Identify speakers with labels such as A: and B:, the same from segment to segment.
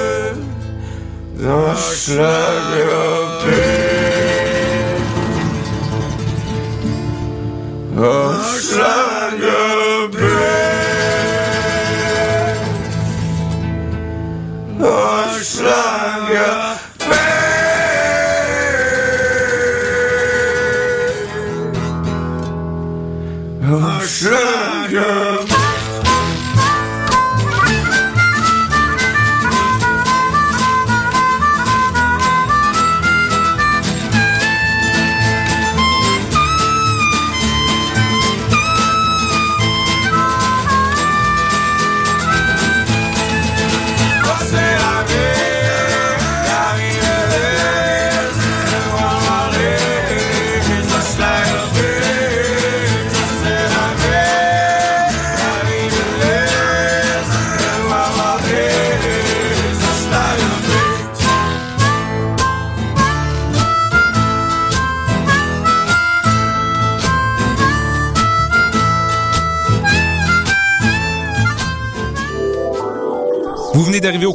A: Seul dans Schlagerpé.
B: Euh,
A: Dans Schlagerpé. Dans Schlagerpé. Dans Schlagerpé.
C: Vous venez d'arriver au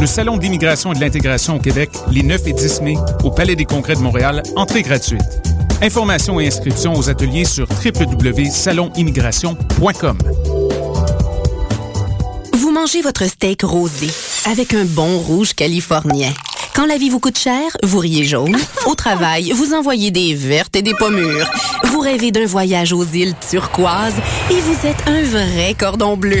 C: Le Salon d'immigration et de l'intégration au Québec, les 9 et 10 mai, au Palais des Congrès de Montréal, entrée gratuite. Informations et inscriptions aux ateliers sur www.salonimmigration.com.
D: Vous mangez votre steak rosé avec un bon rouge californien. Quand la vie vous coûte cher, vous riez jaune. Au travail, vous envoyez des vertes et des pommures. Vous rêvez d'un voyage aux îles turquoises et vous êtes un vrai cordon bleu.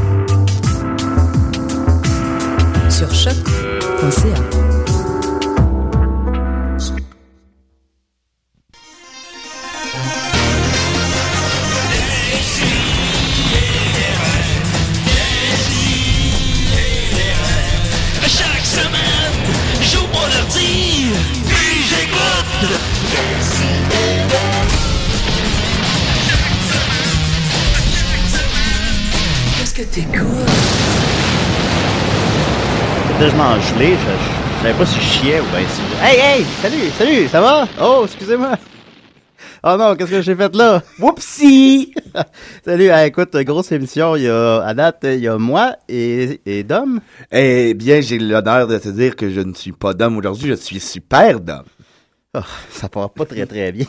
E: sur choc.ca.
F: je m'en gelais, je, je savais pas si je chiais ou bien si... Hey, hey! Salut! Salut! Ça va? Oh, excusez-moi! Oh non, qu'est-ce que j'ai fait là? Whoopsie! salut, hey, écoute, grosse émission, il y a, à date, il y a moi et, et Dom.
G: Eh bien, j'ai l'honneur de te dire que je ne suis pas Dom aujourd'hui, je suis Super Dom.
F: Oh, ça part pas très très bien.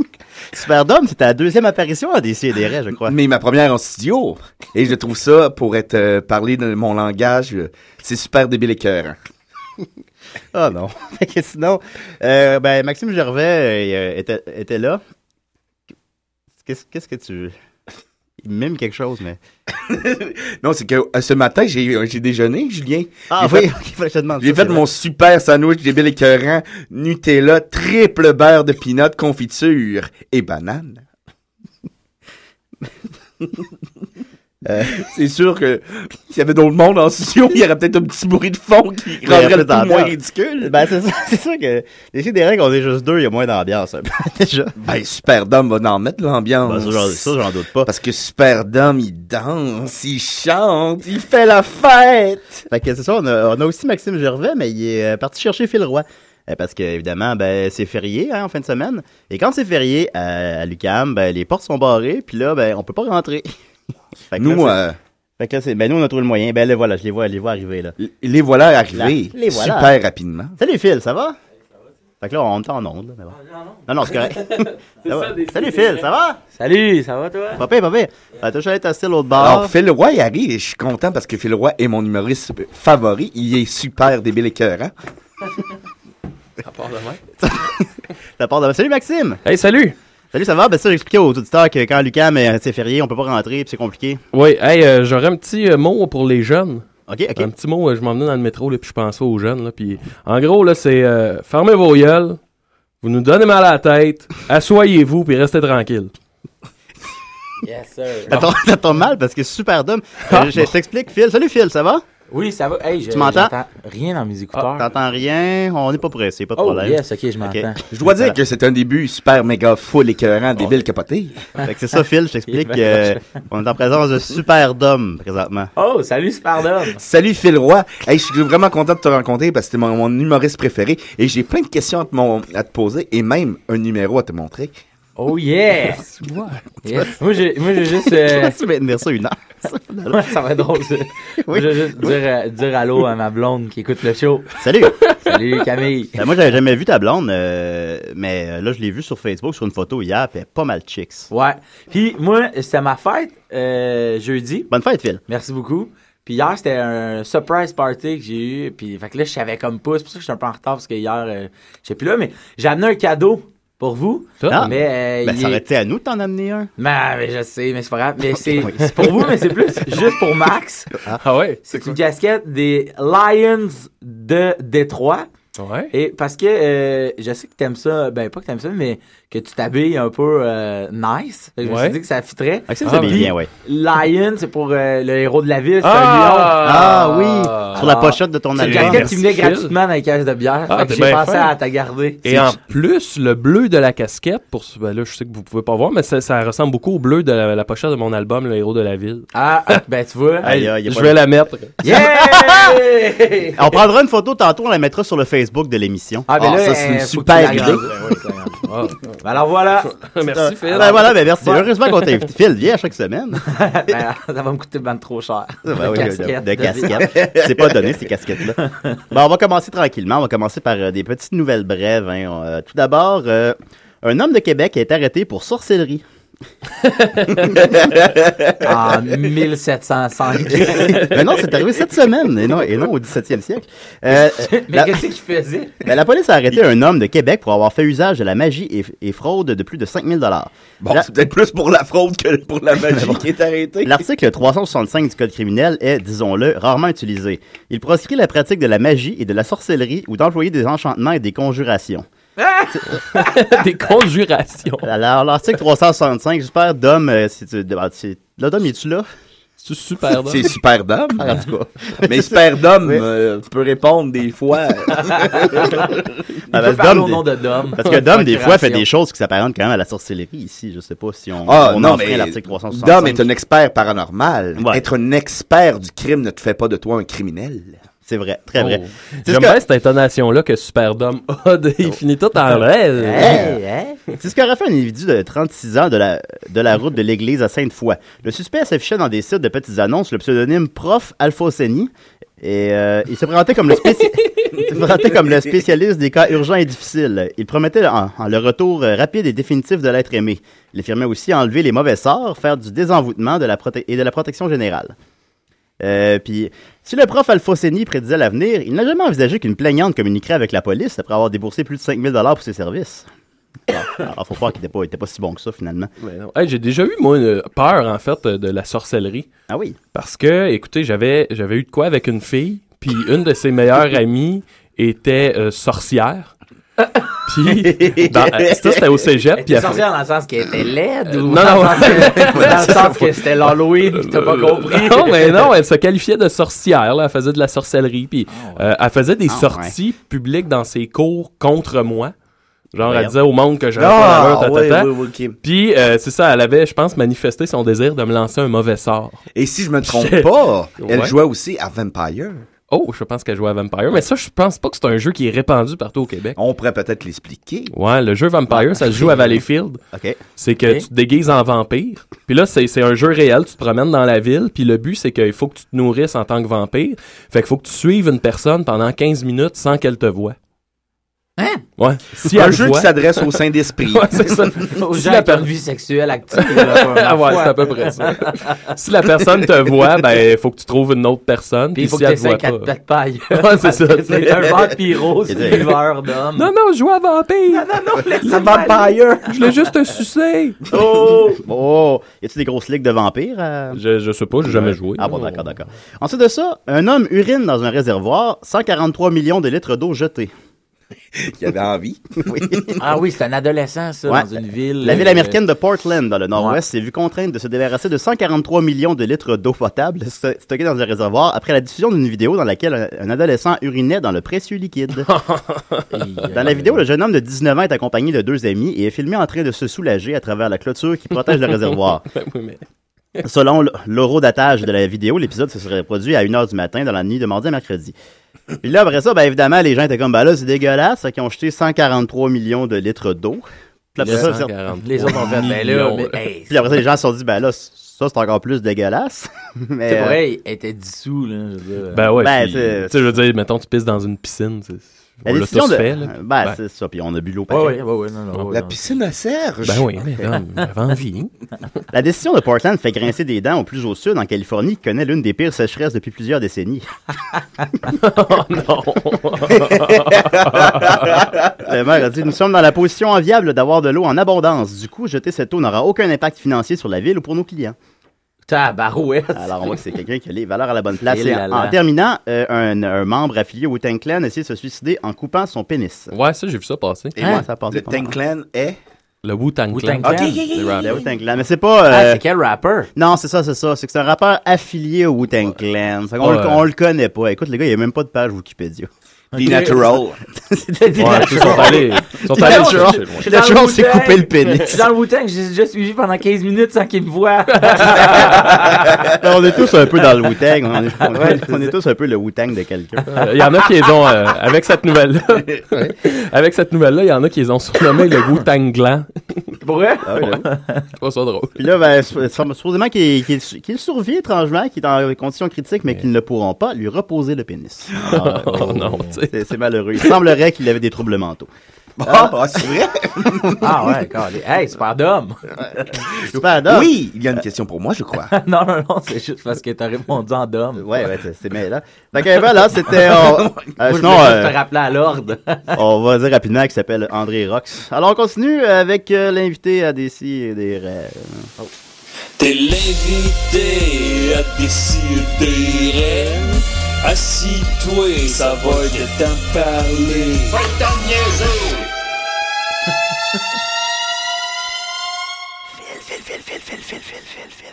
F: Super Dom, c'est ta deuxième apparition à DCDR, E, je crois.
G: Mais ma première en studio. Et je trouve ça, pour être euh, parler de mon langage, euh, c'est super débile et cœur.
F: Oh non. Fait que sinon, euh, ben, Maxime Gervais euh, euh, était, était là. Qu'est-ce qu'est-ce que tu. Il mime quelque chose, mais.
G: Non, c'est que euh, ce matin, j'ai euh, j'ai déjeuné, Julien.
F: Ah
G: J'ai
F: oui,
G: fait-
F: ok, fallait que je te demande.
G: J'ai
F: ça,
G: fait
F: c'est
G: mon super sandwich débile et cœurant, Nutella, triple beurre de peanut, confiture et banane. Euh, c'est sûr que s'il y avait d'autres monde en studio, il y aurait peut-être un petit bruit de fond qui
F: aurait
G: rendrait le
F: peut-être
G: tout moins
F: ambiance.
G: ridicule.
F: vrai. Ben, c'est ça, c'est ça que. Les CDR, qu'on est juste deux, il y a moins d'ambiance, un peu, déjà.
G: Ben, Superdome va en mettre l'ambiance.
F: Ben, ça, j'en- ça, j'en doute pas.
G: Parce que Superdome, il danse, il chante, il fait la fête.
F: Fait que c'est ça, on a, on a aussi Maxime Gervais, mais il est euh, parti chercher Phil Roy. Euh, Parce que, évidemment, ben, c'est férié hein, en fin de semaine. Et quand c'est férié à, à l'UCAM, ben, les portes sont barrées, puis là, ben, on peut pas rentrer. Fait que là,
G: Nous,
F: c'est-
G: euh,
F: Fait que là, c'est- ben, nous, on a trouvé le moyen. Ben, là, voilà, je les vois, je les vois arriver, là.
G: les voilà arrivés.
F: Les voilà.
G: Super rapidement.
F: Salut, Phil, ça va? Fait que là, on est en onde, là, mais bon. Non, non, c'est correct. Ça va? Salut, Phil, ça va?
H: Salut, ça va toi?
F: Papa, papa, ben, t'as allé tasser l'autre
G: Alors,
F: bord.
G: Phil Roy arrive et je suis content parce que Phil Roy est mon humoriste favori. Il est super débile et cœur, hein?
H: À part demain.
F: Ça part de- Salut Maxime!
H: Hey, salut!
F: Salut, ça va? Ben ça, j'expliquais aux auditeurs que quand Lucam est c'est férié, on peut pas rentrer puis c'est compliqué.
H: Oui, hey, euh, j'aurais un petit euh, mot pour les jeunes.
F: OK, OK.
H: Un petit mot, euh, je m'emmenais dans le métro, là, puis je pensais aux jeunes. Là, puis, en gros, là, c'est euh, fermez vos gueules, vous nous donnez mal à la tête, assoyez-vous, puis restez tranquille.
I: Yes, sir.
F: T'as Ah, T'as ton mal parce que c'est super dumb.
H: Ah.
F: Euh, je je t'explique, Phil. Salut Phil, ça va?
I: Oui, ça va. Hey, je-
F: Tu m'entends? Ah,
I: j'entends Rien dans mes écouteurs.
F: T'entends rien? On n'est pas pressé, pas de
I: oh,
F: problème.
I: yes, ok, je m'entends.
F: Ok.
G: Je dois dire que c'est un début super méga full écœurant, débile capoté.
F: Fait que c'est ça, Phil, je t'explique.
I: Il est
F: euh, on est en présence de super dumb présentement.
I: Oh, salut, Superdome.
G: Salut Phil Roy. Hey, je suis vraiment content de te rencontrer parce que t'es mon, mon humoriste préféré et j'ai plein de questions à te, mon- à te poser et même un numéro à te montrer.
I: Oh, yes. yes. Moi, j'ai moi, j'ai juste. euh,
F: tu vas tenir ça une heure.
I: Ouais, ça va être drôle, ça. Moi, Je vais juste dire, euh, dire allô à ma blonde qui écoute le show.
F: Salut!
I: Salut, Camille.
F: Ben, moi, j'avais jamais vu ta blonde, euh, mais euh, là, je l'ai vue sur Facebook sur une photo hier, puis elle est pas mal chicks.
I: Ouais. Puis, moi, c'était ma fête euh, jeudi.
F: Bonne fête, Phil.
I: Merci beaucoup. Puis hier, c'était un surprise party que j'ai eu. Puis, fait que là, je savais comme pas. C'est pour ça que je suis un peu en retard parce que hier, euh, j'étais plus là. Mais j'ai amené un cadeau pour vous.
F: Ah.
I: Mais, euh,
F: Ben,
I: il
F: ça
I: est-
F: aurait été à nous de t'en amener un.
I: Ben, mais je sais, mais c'est pas grave. Mais c'est c'est pour vous, mais c'est plus juste pour Max.
H: Ah ouais?
I: C'est une casquette des Lions de Détroit.
H: Ouais.
I: Et parce que euh, je sais que t'aimes ça, ben pas que t'aimes ça, mais que tu t'habilles un peu euh, nice. Fait que Je me
H: Ouais.
I: suis dit que ça fitterait.
F: Maxime,
H: Ah,
F: vous avez
H: oui.
F: bien, ouais.
I: Lion, c'est pour euh, le héros de la ville, c'est un lion.
F: Ah,
H: Ah.
F: oui! Sur la pochette de ton
I: C'est une
F: album.
I: casquette qui venait
H: Merci, Phil.
I: gratuitement dans les caisses de bière.
H: Ah,
I: Fait que
H: t'es
I: j'ai
H: bien
I: pensé
H: fin.
I: à t'a garder.
H: Et en plus, le bleu de la casquette, pour ce- ben là, je sais que vous pouvez pas voir, mais ça, ça ressemble beaucoup au bleu de la, la pochette de mon album, Le héros de la ville.
I: Ah, ah, ben tu vois.
F: Aïe, aïe, y a
H: je
F: pas
H: vais
F: de-
H: la mettre.
I: Yeah!
F: On prendra une photo tantôt, on la mettra sur le Facebook de l'émission.
I: Ah, ben
G: Ah,
I: là,
G: ça, c'est une
I: euh, faut
G: super
I: que tu
G: idée.
I: l'agrandes. Ouais, c'est agrandes.
G: Ah.
I: Ben alors voilà.
H: Merci, Phil.
F: Ben voilà, ben merci. Heureusement qu'on t'invite. Phil, viens à chaque semaine.
I: Ben, ça va me coûter ben trop cher.
F: Ben
I: De
F: oui, de-
I: casquette,
F: de
I: de-
F: casquette. C'est pas donné, ces casquettes-là. Bon, on va commencer tranquillement. On va commencer par euh, des petites nouvelles brèves. hein. On, euh, tout d'abord, euh, un homme de Québec est arrêté pour sorcellerie.
I: En 1705.
F: Mais Ben non, c'est arrivé cette semaine, et non, et non au 17e siècle. Euh, euh,
I: Mais
F: la-
I: qu'est-ce qu'il faisait?
F: Ben, la police a arrêté un homme de Québec pour avoir fait usage de la magie et, et fraude de plus de 5000 dollars.
G: Bon, c'est peut-être plus pour la fraude que pour la magie qui est arrêtée.
F: L'article 365 du Code criminel est, disons-le, rarement utilisé. Il proscrit la pratique de la magie et de la sorcellerie ou d'employer des enchantements et des conjurations.
H: Des conjurations.
F: Alors, l'article 365, j'espère, Dom, euh, si tu... ben, si- Là, Dom, es-tu là? Ah,
H: C'est super drôle.
G: C'est super d'homme.
F: En tout cas.
G: Mais super d'homme
F: Oui.
G: euh, peut répondre des fois.
F: Ah,
I: Il
F: ben,
I: peut parler
F: Dom,
I: au
F: des-
I: nom de Dom.
F: Parce que Dom, des fois, fait des choses qui s'apparentent quand même à la sorcellerie ici. Je sais pas si on,
G: Ah,
F: on
G: non,
F: en fait
G: mais
F: l'article 365.
G: Dom est un expert paranormal.
F: Ouais.
G: Être un expert du crime ne te fait pas de toi un criminel.
F: C'est vrai, très vrai.
H: Oh.
F: C'est
H: J'aime
F: ce que-
H: bien cette intonation-là que Superdome a. de- Il finit tout en l'air.
I: Hey, hey.
F: C'est ce qu'aurait fait un individu de 36 ans de la, de la route de l'église à Sainte-Foy. Le suspect s'affichait dans des sites de petites annonces, le pseudonyme Prof Alphoceni, et euh, il se présentait comme le spéci- il se présentait comme le spécialiste des cas urgents et difficiles. Il promettait en, en le retour euh, rapide et définitif de l'être aimé. Il affirmait aussi enlever les mauvais sorts, faire du désenvoûtement de la prote- et de la protection générale. Euh, puis, si le prof Alphoceni prédisait l'avenir, il n'a jamais envisagé qu'une plaignante communiquerait avec la police après avoir déboursé plus de 5000 pour ses services. Alors, alors, faut croire qu'il était pas, il était pas si bon que ça, finalement.
H: Mais non. Hey, J'ai déjà eu, moi, une peur, en fait, euh, de la sorcellerie.
F: Ah oui.
H: Parce que, écoutez, j'avais j'avais eu de quoi avec une fille, puis une de ses meilleures amies était euh, sorcière. Puis, dans- euh, ça, c'était au cégep. puis
I: T'es
H: elle fait-
I: sorcière dans le sens qu'elle était laide ou
H: non,
I: dans,
H: non.
I: le sens que- dans le sens que c'était l'Halloween, pis t'as pas compris.
H: non, mais non, elle se qualifiait de sorcière. là. Elle faisait de la sorcellerie. Puis euh, elle faisait des
F: Ah,
H: sorties publiques dans ses cours contre moi. Genre,
F: Merde.
H: elle disait au monde que j'avais
G: Ah,
H: pas l'allure, ta, ta, ta.
G: ok.
H: Puis, euh, c'est ça, elle avait, je pense, manifesté son désir de me lancer un mauvais sort.
G: Et si je me trompe
H: Je-
G: pas, elle
H: Ouais.
G: jouait aussi à Vampire.
H: Oh, je pense qu'elle jouait à Vampire. Mais ça, je pense pas que c'est un jeu qui est répandu partout au Québec.
G: On pourrait peut-être l'expliquer.
H: Ouais, le jeu Vampire, ça se joue à Valleyfield.
F: OK.
H: C'est que
I: Ok.
H: tu te déguises en vampire. Puis là, c'est c'est un jeu réel. Tu te promènes dans la ville. Puis le but, c'est qu'il faut que tu te nourrisses en tant que vampire. Fait qu'il faut que tu suives une personne pendant 15 minutes sans qu'elle te voie.
E: Hein?
H: Ouais. Si
G: un
H: elle
G: jeu
H: voit-
G: qui s'adresse au Saint-Esprit.
H: Ouais, c'est ça.
I: Aux
H: Si
I: gens
H: la
I: qui ont
H: per-
I: une vie sexuelle active. là,
H: Ah
I: ma
H: ouais,
I: foi.
H: c'est à peu près ça. si la personne te voit, ben, faut que tu trouves une autre personne.
I: Puis il faut
H: si
I: que tu
H: elle te voit
I: quatre
H: pas.
I: pattes paille.
H: Ouais, Ah, c'est ça.
I: C'est un vampiro, c'est un verre d'homme.
H: Non, non, je joue à vampire.
I: le vampire.
H: Je l'ai juste sucé.
F: Oh! oh! Y a-t-il des grosses ligues de vampires? euh?
H: Je, je sais pas, j'ai jamais joué.
F: Ah bon, d'accord, d'accord. Ensuite de ça, un homme urine dans un réservoir, 143 millions de litres d'eau jetée.
G: Qui avait envie.
F: Oui.
I: Ah oui, c'est un adolescent, ça,
F: Ouais.
I: dans une ville.
F: La ville
I: euh,
F: américaine de Portland, dans le
I: Ouais.
F: nord-ouest, s'est vue contrainte de se débarrasser de 143 millions de litres d'eau potable st- stockée dans un réservoir après la diffusion d'une vidéo dans laquelle un, un adolescent urinait dans le précieux liquide. dans la vidéo, le jeune homme de 19 ans est accompagné de deux amis et est filmé en train de se soulager à travers la clôture qui protège le réservoir.
H: Ben oui, mais-
F: Selon l- l'horodatage de la vidéo, l'épisode se serait produit à 1h du matin dans la nuit de mardi à mercredi. Puis là, après ça, ben, évidemment, les gens étaient comme, ben là, c'est dégueulasse, qui ont jeté 143 millions de litres d'eau. Puis après ça, c'est-
H: 143
I: Les autres ont fait, ben là,
H: millions.
I: mais, hey,
F: puis après ça, les gens se sont dit, ben là, c- ça, c'est encore plus dégueulasse. Mais,
I: c'est
F: euh,
I: vrai, il était dissous, là. je veux dire.
H: Ben ouais.
F: Ben,
H: puis,
F: c'est-
H: tu sais, je veux dire, mettons, tu pisses dans une piscine. c'est-
F: la
H: On l'a
F: décision
H: tous
F: de-
H: fait, là.
F: Ben,
H: Ouais.
F: c'est ça, puis on a bu l'eau
I: Ouais,
F: paquet.
I: ouais, ouais, ouais, non, non, ouais,
G: La
I: non.
G: piscine à Serge.
H: Ben oui, mais non, j'avais envie.
F: La décision de Portland fait grincer des dents au plus au sud, en Californie, qui connaît l'une des pires sécheresses depuis plusieurs décennies.
H: Oh non!
F: Le maire a dit Nous sommes dans la position enviable d'avoir de l'eau en abondance. Du coup, jeter cette eau n'aura aucun impact financier sur la ville ou pour nos clients.
I: Tabarouette.
F: Alors, on voit que c'est quelqu'un qui a les valeurs à la bonne place.
H: Eh
I: Et
F: Et
I: là
F: en-
I: là.
F: en terminant, euh, un, un membre affilié au Tank Clan a essayé de se suicider en coupant son pénis.
H: Ouais, ça, j'ai vu ça passer.
G: Et
F: Hein?
G: moi,
F: Ça passe
G: le
F: pas mal.
G: Tank Clan est.
H: Le Wu-Tang
I: Wu-Tang
H: Clan.
I: Clan.
H: Les rappers.
F: Le Wu-Tang Clan. Mais c'est pas.
I: Ah,
F: euh,
I: c'est quel rapper?
F: non, c'est ça, c'est ça. C'est que c'est un rappeur affilié au Wu-Tang Clan. Fait qu'on
H: Ouais.
F: le- on, le connaît pas. Écoute, les gars, il n'y a même pas de page Wikipédia.
G: The Natural.
F: C'était des-
H: Ouais, tu sais, ils sont allés. Ils sont allés le chercher, loin.
F: Le Natural s'est
I: Wu-Tang.
F: coupé le
I: Je
F: pénis.
I: suis dans le Wu-Tang, j'ai déjà suivi pendant 15 minutes sans qu'il me voie.
F: Ah, Ben, on est tous un peu dans le Wu-Tang. On est, on est- on est tous un peu le Wu-Tang de quelqu'un.
H: Euh, Il y en a qui les ont, euh, avec cette nouvelle-là, avec cette nouvelle-là, il y en a qui les ont surnommés le Wu-Tang Clan.
I: Pour vrai?
F: Ah oui, là.
H: Je trouve ça drôle.
F: Puis là, ben, su- su- supposément qu'il qu'il- qu'il survit étrangement, qu'il est en condition critique, mais qu'ils ne pourront pas lui reposer le pénis. Ah,
H: Oh, non, tu sais.
F: C'est c'est malheureux. Il semblerait qu'il avait des troubles mentaux.
G: Ah, ah, c'est vrai?
I: Ah ouais, d'accord. Hey, super d'homme.
F: Super, Ah, Dom. Euh,
G: Oui, il y a une question pour moi, je crois.
I: Non, non, non, c'est juste parce que t'as répondu en d'homme.
F: Ouais, ouais, c'est- c'est mais là. Donc euh, voilà, c'était. on- euh,
I: Moi,
F: sinon,
I: je voulais juste
F: euh,
I: te rappeler à l'ordre.
F: on va dire rapidement qu'il s'appelle André Rox. Alors on continue avec euh, l'invité à DC et des rêves.
I: Oh.
J: T'es l'invité à décider. Assis-toi, ça va de t'en parler.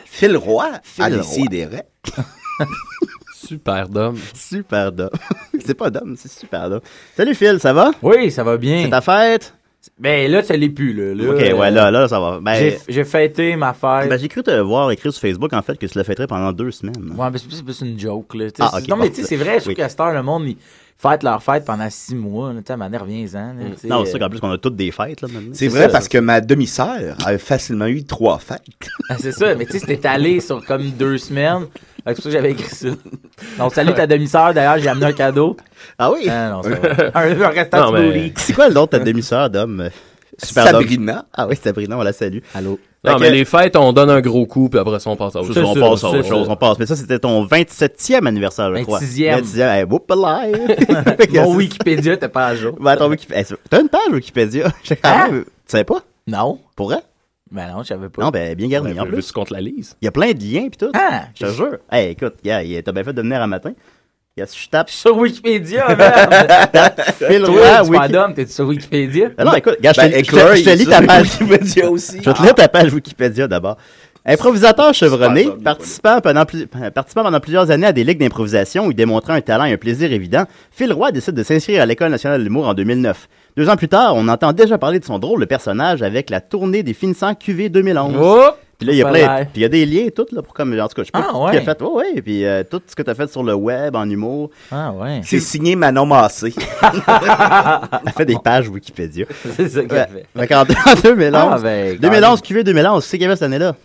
G: Phil Roy a
F: Roy.
G: décidé.
H: Super d'homme.
F: Super Dom. c'est pas Dom, c'est Super Dom. Salut Phil, ça va?
I: Oui, ça va bien.
F: C'est ta fête?
I: Ben là, ça l'est plus, là. là.
F: Ok, ouais, là, là, ça va. Ben,
I: J'ai- J'ai fêté ma fête.
F: Ben, j'ai cru te voir écrire sur Facebook, en fait, que tu le fêterais pendant deux semaines.
I: Ouais, mais Ah, ben, c'est plus- c'est plus une joke, là. tu sais.
F: Ah, ok,
I: non, mais
F: bon.
I: tu sais, c'est vrai, je trouve
F: Oui.
I: qu'à cette heure, le monde, ils fêtent leur fête pendant six mois. là, Tu sais, à manière, viens-en. là, tu sais,
F: Mm. Non,
I: euh,
F: c'est sûr qu'en plus, qu'on a toutes des fêtes, là, maintenant.
G: C'est vrai parce que ma demi-sœur a facilement eu trois fêtes.
I: ah, c'est ça, mais tu sais, c'était allé sur comme deux semaines. Fait que C'est pour ça que j'avais écrit ça. Donc, salut ta demi-sœur, d'ailleurs, j'ai amené un cadeau.
F: Ah oui?
I: Ah, non, c'est pas vrai. un, un restant
H: Non,
I: de
H: mais-
I: Smoothie.
F: C'est quoi le nom de ta demi-sœur d'homme? Superdome.
G: Sabrina.
F: Ah oui, Sabrina, on la salue.
I: Allô?
H: Non,
F: Fait
H: mais
F: que-
H: les fêtes, on donne un gros coup, puis après ça, on passe à autre chose.
F: on
I: sûr,
F: passe à
I: c'est
F: autre chose,
I: sûr.
F: on passe. Mais ça, c'était ton 27e anniversaire, je crois.
I: 26e.
F: 26e. Hey, whoop
I: Mon Wikipédia, t'es pas à jour.
F: Ben, ton Wikipédia. Hey, T'as une page Wikipédia? J'ai quand
I: Hein?
F: même- Tu savais pas?
I: Non?
F: Pour vrai?
I: Ben non, je savais pas.
F: Non, ben, bien gardé. en plus,
H: Veux-tu qu'on te la lise?
F: il y a plein de liens, pis tout.
I: Ah,
F: Je te jure. Hey, écoute, gars, il- t'as bien fait de venir un matin. Gars, si je tape
I: sur Wikipédia, merde!
F: Phil
I: Toi,
F: Roy,
I: tu
F: Wiki-
I: madame, t'es sur Wikipédia?
F: Ah non, écoute, gars, je te-
G: Ben,
F: je te- je te lis ta
G: éclairé,
F: page.
G: ça, Wikipédia aussi.
F: Je vais te lire ta page Wikipédia d'abord. Improvisateur chevronné, participant pendant, plus- participant pendant plusieurs années à des ligues d'improvisation où il démontrait un talent et un plaisir évident, Phil Roy décide de s'inscrire à l'École nationale de l'humour en 2009. Deux ans plus tard, on entend déjà parler de son drôle de personnage avec la tournée des finissants QV 2011.
H: Oh!
F: puis là, il y a
I: pas
F: plein,
I: mal.
F: puis il y a des liens et tout, là, pour comme, en tout cas, je sais pas
I: Ah,
F: tout ce qu'il a
I: ouais.
F: fait. Ouais, ouais, puis euh, tout ce que tu as fait sur le web, en humour,
I: Ah ouais.
G: C'est signé Manon Massé.
F: elle fait des pages Wikipédia.
I: C'est ça qu'elle
F: Ouais.
I: fait.
F: Fait qu'en- en 2011,
I: Ah, ben,
F: 2011, QV 2011, c'est qu'il y avait cette année-là.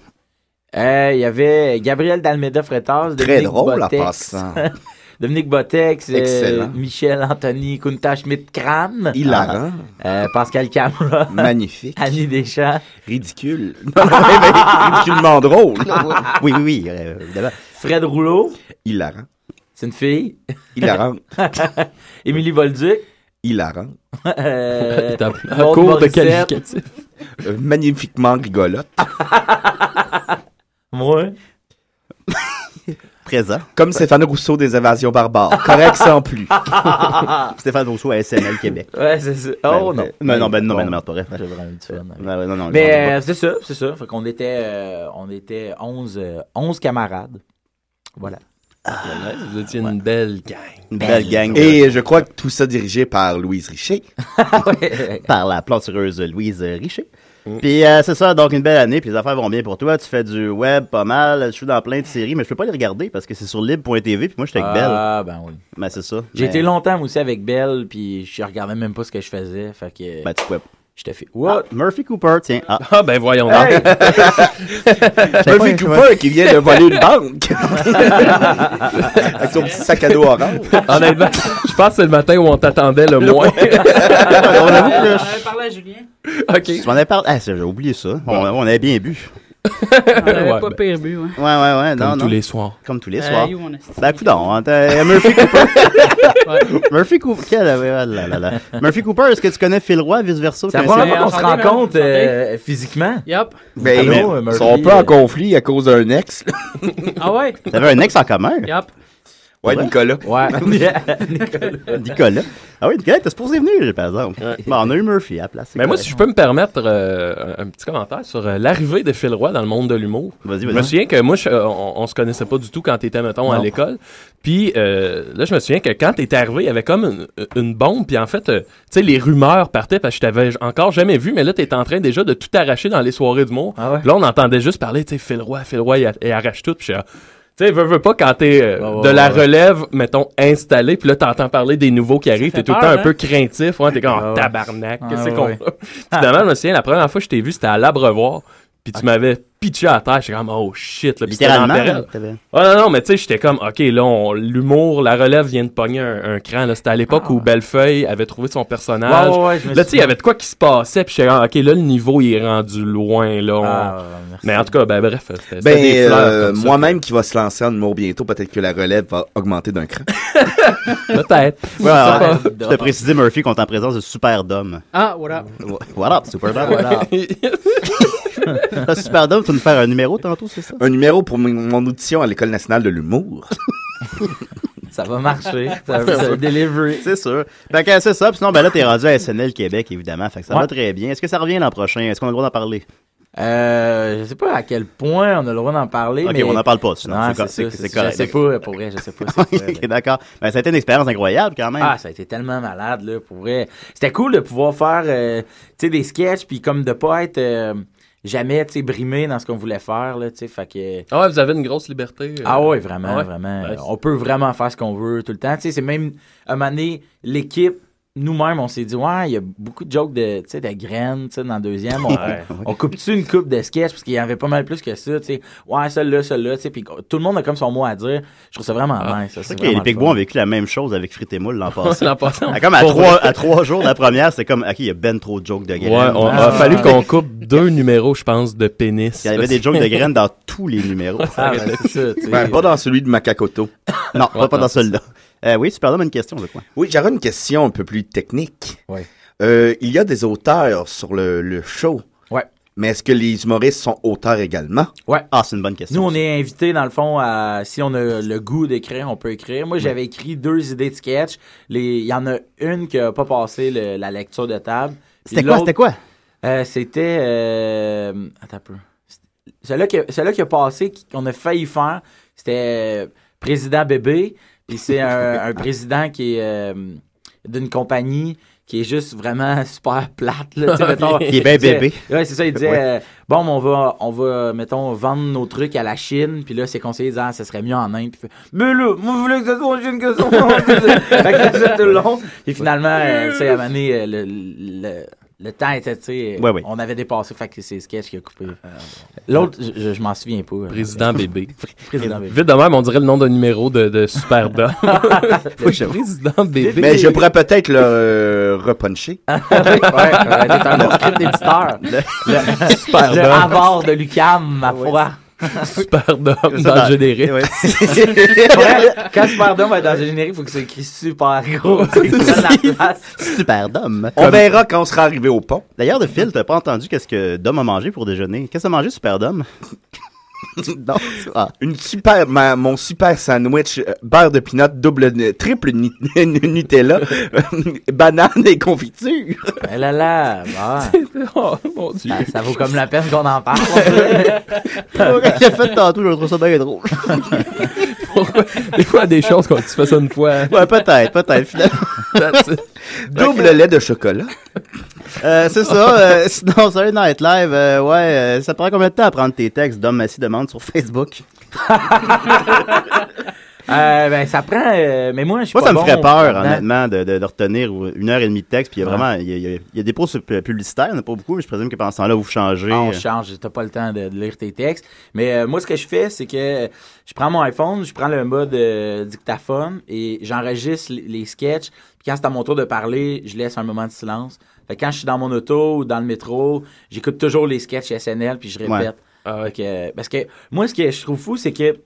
I: Euh, Il y avait Gabriel Dalmeda Fretas.
G: Très
I: Dominique
G: drôle en
I: Bottex.
G: passant.
I: Dominique Botex, euh,
G: Excellent.
I: Michel Anthony, Kunta Schmidt-Cram,
G: Hilarant.
I: euh, Pascal Camera,
G: Magnifique.
I: Annie Deschamps,
G: Ridicule. Non, mais ridiculement drôle. Oui, oui, oui. euh, évidemment.
I: Fred Rouleau,
G: Hilarant.
I: c'est une fille,
G: Hilarant.
I: Émilie Bolduc,
G: Hilarant.
I: euh,
H: T'as-
I: Maud
H: Un cours de
I: Morissette,
H: qualificatif.
G: Euh, magnifiquement rigolote.
I: moi,
F: Présent.
G: Comme Stéphane Rousseau des Évasions barbares. Correct sans plus.
F: Stéphane Rousseau à SNL Québec.
I: ouais, c'est ça. Oh non.
F: Ben, ben, non, ben non, ben non, merde, pas vrai.
I: J'ai vraiment eu du fun avec.
F: Ouais, ouais, non, non,
I: Mais euh, c'est ça, c'est ça. Fait qu'on était, euh, on était 11, euh, 11 camarades. Voilà.
H: Vous étiez une belle gang.
F: une belle gang. Et
G: Et je crois que tout ça dirigé par Louise Richer.
I: Ah,
F: par la plantureuse Louise Richer.
I: Mm.
F: Puis euh, c'est ça, donc une belle année, puis les affaires vont bien pour toi. Tu fais du web pas mal, je suis dans plein de séries, mais je peux pas les regarder parce que c'est sur libre.tv, puis moi j'étais avec Belle.
I: Ah, ben oui.
F: Mais c'est ça.
I: J'ai
F: Mais-
I: été longtemps moi aussi avec Belle, puis je regardais même pas ce que je faisais. Fait que
F: Ben, tu pouvais-
I: j'étais fait. What?
F: Murphy Cooper, tiens. Ah,
H: Ah, ben voyons donc.
I: Hey!
G: Murphy Cooper qui vient de voler une banque. Avec son petit sac à dos orange.
H: Honnêtement, je pense que c'est le matin où on t'attendait le moins.
F: on avoue que là,
B: On avait parlé à Julien.
H: OK.
F: je m'en avais parlé. Ah, ça, j'ai oublié ça. On, on avait bien bu.
B: On avait
H: Ouais,
B: pas
H: ben,
B: pire bu, ouais.
F: Ouais, ouais, ouais, non,
H: Comme
F: non.
H: tous les soirs.
F: Comme tous les
B: Euh,
F: soirs.
B: you wanna see.
F: Ben, coudon, hein, t'as- Murphy Cooper. Murphy Cooper. Quel- ah là là là. Murphy Cooper, est-ce que tu connais Phil Roy, vice-versa?
I: C'est la
F: Puis
I: première
B: c'est-
I: fois qu'on se
B: santé, madame,
I: rencontre
B: santé.
I: euh, physiquement.
B: Yup.
G: Ben,
I: Allô,
G: mais
I: Murphy,
G: ils sont pas
I: euh,
G: en conflit à cause d'un ex. là.
B: Ah ouais?
F: un- T'avais un ex en commun,
B: Yup.
G: Ouais,
F: Ouais.
G: Nicolas.
I: Ouais.
F: Nicolas. Ah oui, Nicolas, t'es supposé venir, par exemple. Bon, on a eu Murphy à la place. c'est
H: Mais Ben, moi,
F: correct.
H: si je peux me permettre euh, un un petit commentaire sur euh, l'arrivée de Phil Roy dans le monde de l'humour.
F: Vas-y,
H: Je me
F: vas-y.
H: souviens que moi, je- euh, on, on se connaissait pas du tout quand t'étais, mettons, à
F: Non.
H: l'école. Puis euh, là, je me souviens que quand t'étais arrivé, il y avait comme une, une bombe. Puis en fait, euh, tu sais, les rumeurs partaient parce que je t'avais encore jamais vu. Mais là, t'étais en train déjà de tout arracher dans les soirées d'humour.
I: Ah ouais?
H: Puis là, on entendait juste parler, tu sais, Phil Roy, Phil Roy, il, a- il arrache tout. Puis je suis, ah, tu sais, veux, veux pas quand t'es euh,
I: Ouais, ouais,
H: de la
I: ouais, ouais.
H: relève, mettons, installée, puis là, t'entends parler des nouveaux qui arrivent,
B: fait
H: t'es tout le temps
B: peur,
H: un peu
B: hein?
H: craintif, ouais, t'es comme,
I: Ouais,
H: oh,
I: ouais.
H: tabarnak,
I: Ah,
H: qu'est-ce
I: ouais,
H: qu'on
I: ouais.
H: a? Finalement, je me souviens, la première fois que je t'ai vu, c'était à l'Abrevoir, puis tu m'avais pitché à terre, j'étais comme, oh shit, là, puis c'était dans
F: Littéralement.
H: la période.
F: là, t'avais-
H: Oh non, non, mais tu sais, j'étais comme, ok, là, on- l'humour, la relève vient de pogner un, un cran, là, c'était à l'époque où Bellefeuille avait trouvé son personnage.
I: Ah Ouais, ouais, ouais, je me
H: Là, tu sais, il y
I: souviens.
H: avait de quoi qui se passait, puis j'étais comme, ok, là, le niveau, il est rendu loin, là. on-
I: Ah, merci.
H: Mais en tout cas, ben bref, c'était c'était
G: Ben,
H: des fleurs
G: euh,
H: comme ça,
G: moi-même qui va se lancer en humour bientôt, peut-être que la relève va augmenter d'un cran.
H: Peut-être.
F: Ouais, ouais,
I: pas.
F: ouais. Je te précisais, Murphy, qu'on est en présence de Superdome.
B: Ah, what up?
F: What up, Superdome?
I: Voilà.
F: Ah, Superdome, tu vas nous faire un numéro tantôt, c'est ça?
G: Un numéro pour mon- mon audition à l'École nationale de l'humour.
I: Ça va marcher. Ça va, ça va delivery.
F: C'est sûr. Fait que c'est ça. Puis Sinon, ben là, t'es rendu à SNL Québec, évidemment. Fait que ça
I: Ouais.
F: va très bien. Est-ce que ça revient l'an prochain? Est-ce qu'on a le droit d'en parler?
I: Euh, je sais pas à quel point on a le droit d'en parler.
F: Ok,
I: mais...
F: on n'en parle pas, sinon.
I: Non,
F: c'est, c'est-
I: c'est ça,
F: c'est
I: c'est
F: correct.
I: ça. Je sais pas, pour vrai, je sais pas. c'est quoi,
F: Ok, d'accord. Ben, ça a été une expérience incroyable, quand même.
I: Ah, ça a été tellement malade, là, pour vrai. C'était cool de pouvoir faire, euh, tu sais, des sketchs, puis comme de pas être euh, jamais, tu sais, brimé dans ce qu'on voulait faire, là, tu sais, fait que...
H: Ah ouais, vous avez une grosse liberté. euh.
I: Ah ouais, vraiment,
H: Ah ouais?
I: vraiment.
H: Nice.
I: On peut vraiment faire ce qu'on veut tout le temps. Tu sais, c'est même, à un moment donné, l'équipe, nous-mêmes, on s'est dit, ouais, il y a beaucoup de jokes de, tu sais, de graines, tu sais, dans le deuxième. On, on coupe-tu une coupe de sketch, parce qu'il y en avait pas mal plus que ça, tu sais. Ouais, celle-là, celle-là, tu sais, puis tout le monde a comme son mot à dire. Je trouve ça vraiment
H: Ah.
I: nice. ça, c'est
F: Ok,
I: vraiment
F: les
I: le
F: Pigbois
I: fun.
F: ont vécu la même chose avec Frites et Moules l'an
H: Ouais,
F: passé.
H: l'an passé, on-
F: Ah, comme à
H: Pour
F: trois, à trois jours de la première, c'est comme, ok, il y a ben trop de jokes de
H: Ouais,
F: graines. Ah,
H: on
I: Ah.
H: a fallu qu'on coupe deux numéros, je pense, de pénis.
F: Il y avait des jokes de graines dans tous les numéros.
I: Ah, ben, c'est ça, tu sais.
G: Ben, pas dans celui de Macacoto.
F: Non, pas, pas dans celui-là. Euh, oui, Superdome a une question, je crois.
G: Oui, j'aurais une question un peu plus technique.
I: Ouais.
G: Euh, il y a des auteurs sur le, le show.
I: Ouais.
G: Mais est-ce que les humoristes sont auteurs également?
I: Ouais.
F: Ah, c'est une bonne question.
I: Nous, on est invités, dans le fond, à, si on a le goût d'écrire, on peut écrire. Moi, j'avais écrit deux idées de sketch. Les- Il y en a une qui n'a pas passé le- la lecture de table. Puis
F: C'était quoi,
I: l'autre,
F: c'était quoi?
I: euh, C'était... euh, attends un peu. C'était- Celui-là qui, a- celui-là qui a passé, qui- qu'on a failli faire, c'était euh, Président Bébé. Puis c'est un, un président qui est euh, d'une compagnie qui est juste vraiment super plate. Là, tu sais, mettons,
F: Il est bien
I: disait-
F: bébé.
I: Ouais, c'est ça, il disait
F: Ouais.
I: euh, bon, mais on va on va mettons vendre nos trucs à la Chine, puis là c'est conseillé de dire ah, ça serait mieux en Inde, puis il fait, mais là, moi je voulais que ça soit en Chine que euh, ça. soit en Inde. fait que c'est ça tout le long. Et finalement, euh, tu sais, à un moment donné, euh, le, le- le temps était, tu sais,
F: Ouais, ouais.
I: on avait dépassé, fait que c'est le sketch qui a coupé. Euh, L'autre, je, je m'en souviens pas.
H: Président bébé.
I: Président bébé.
H: Vite de même, on dirait le nom d'un numéro de, de Superdome.
I: Ah, Oui,
H: Le président bébé.
G: Mais je pourrais peut-être le euh, repuncher.
I: Euh, t'es un bon script éditeur.
G: Le-
I: Le,
G: Superdome.
I: le avare de Lucam, ma foi.
H: Superdome dans
I: Ça, dans-
H: le générique.
I: Ouais, Quand Superdome va être dans le générique, faut que c'est écrit super gros. tu sais, ça, la place.
F: Super Dom.
G: On verra quand on sera arrivé au pont.
F: D'ailleurs, de Phil, t'as pas entendu qu'est-ce que Dom a mangé pour déjeuner? Qu'est-ce qu'a mangé Super Dom? non. Ah.
G: Une super, ma- mon super sandwich, euh, beurre de pinot, double, nu- triple nu- Nutella, banane et confiture.
I: Eh là là, bon.
H: Oh mon dieu.
I: ça, ça vaut comme la peine qu'on en parle.
F: J'ai fait tantôt, je trouve ça bien drôle.
H: Pourquoi- Des fois, des choses quand tu fais ça une fois.
F: Ouais, peut-être, peut-être, finalement.
H: that's it.
G: Double lait de chocolat.
F: Euh, c'est ça. euh, sinon, Saturday Night Live, euh, ouais, euh, ça te prend combien de temps à prendre tes textes? Dom Massy demande sur Facebook.
I: Euh, ben, ça prend. euh, mais moi, je suis
F: Moi,
I: pas
F: ça me
I: bon
F: ferait peur,
I: là-dedans.
F: honnêtement, de, de- de retenir une heure et demie de texte. Puis il y a vraiment, il y a, il y a- il y a des pauses pub- publicitaires, il n'y en a pas beaucoup, mais je présume que pendant ce temps-là, vous changez. euh,
I: Ah, on change, t'as pas le temps de, de lire tes textes. Mais euh, moi, ce que je fais, c'est que je prends mon iPhone, je prends le mode euh, dictaphone et j'enregistre les, les sketchs. Puis quand c'est à mon tour de parler, je laisse un moment de silence. Fait que quand je suis dans mon auto ou dans le métro, j'écoute toujours les sketchs SNL puis je répète.
F: Ouais.
H: Ah,
I: Fait que- parce que moi, ce que je trouve fou, c'est que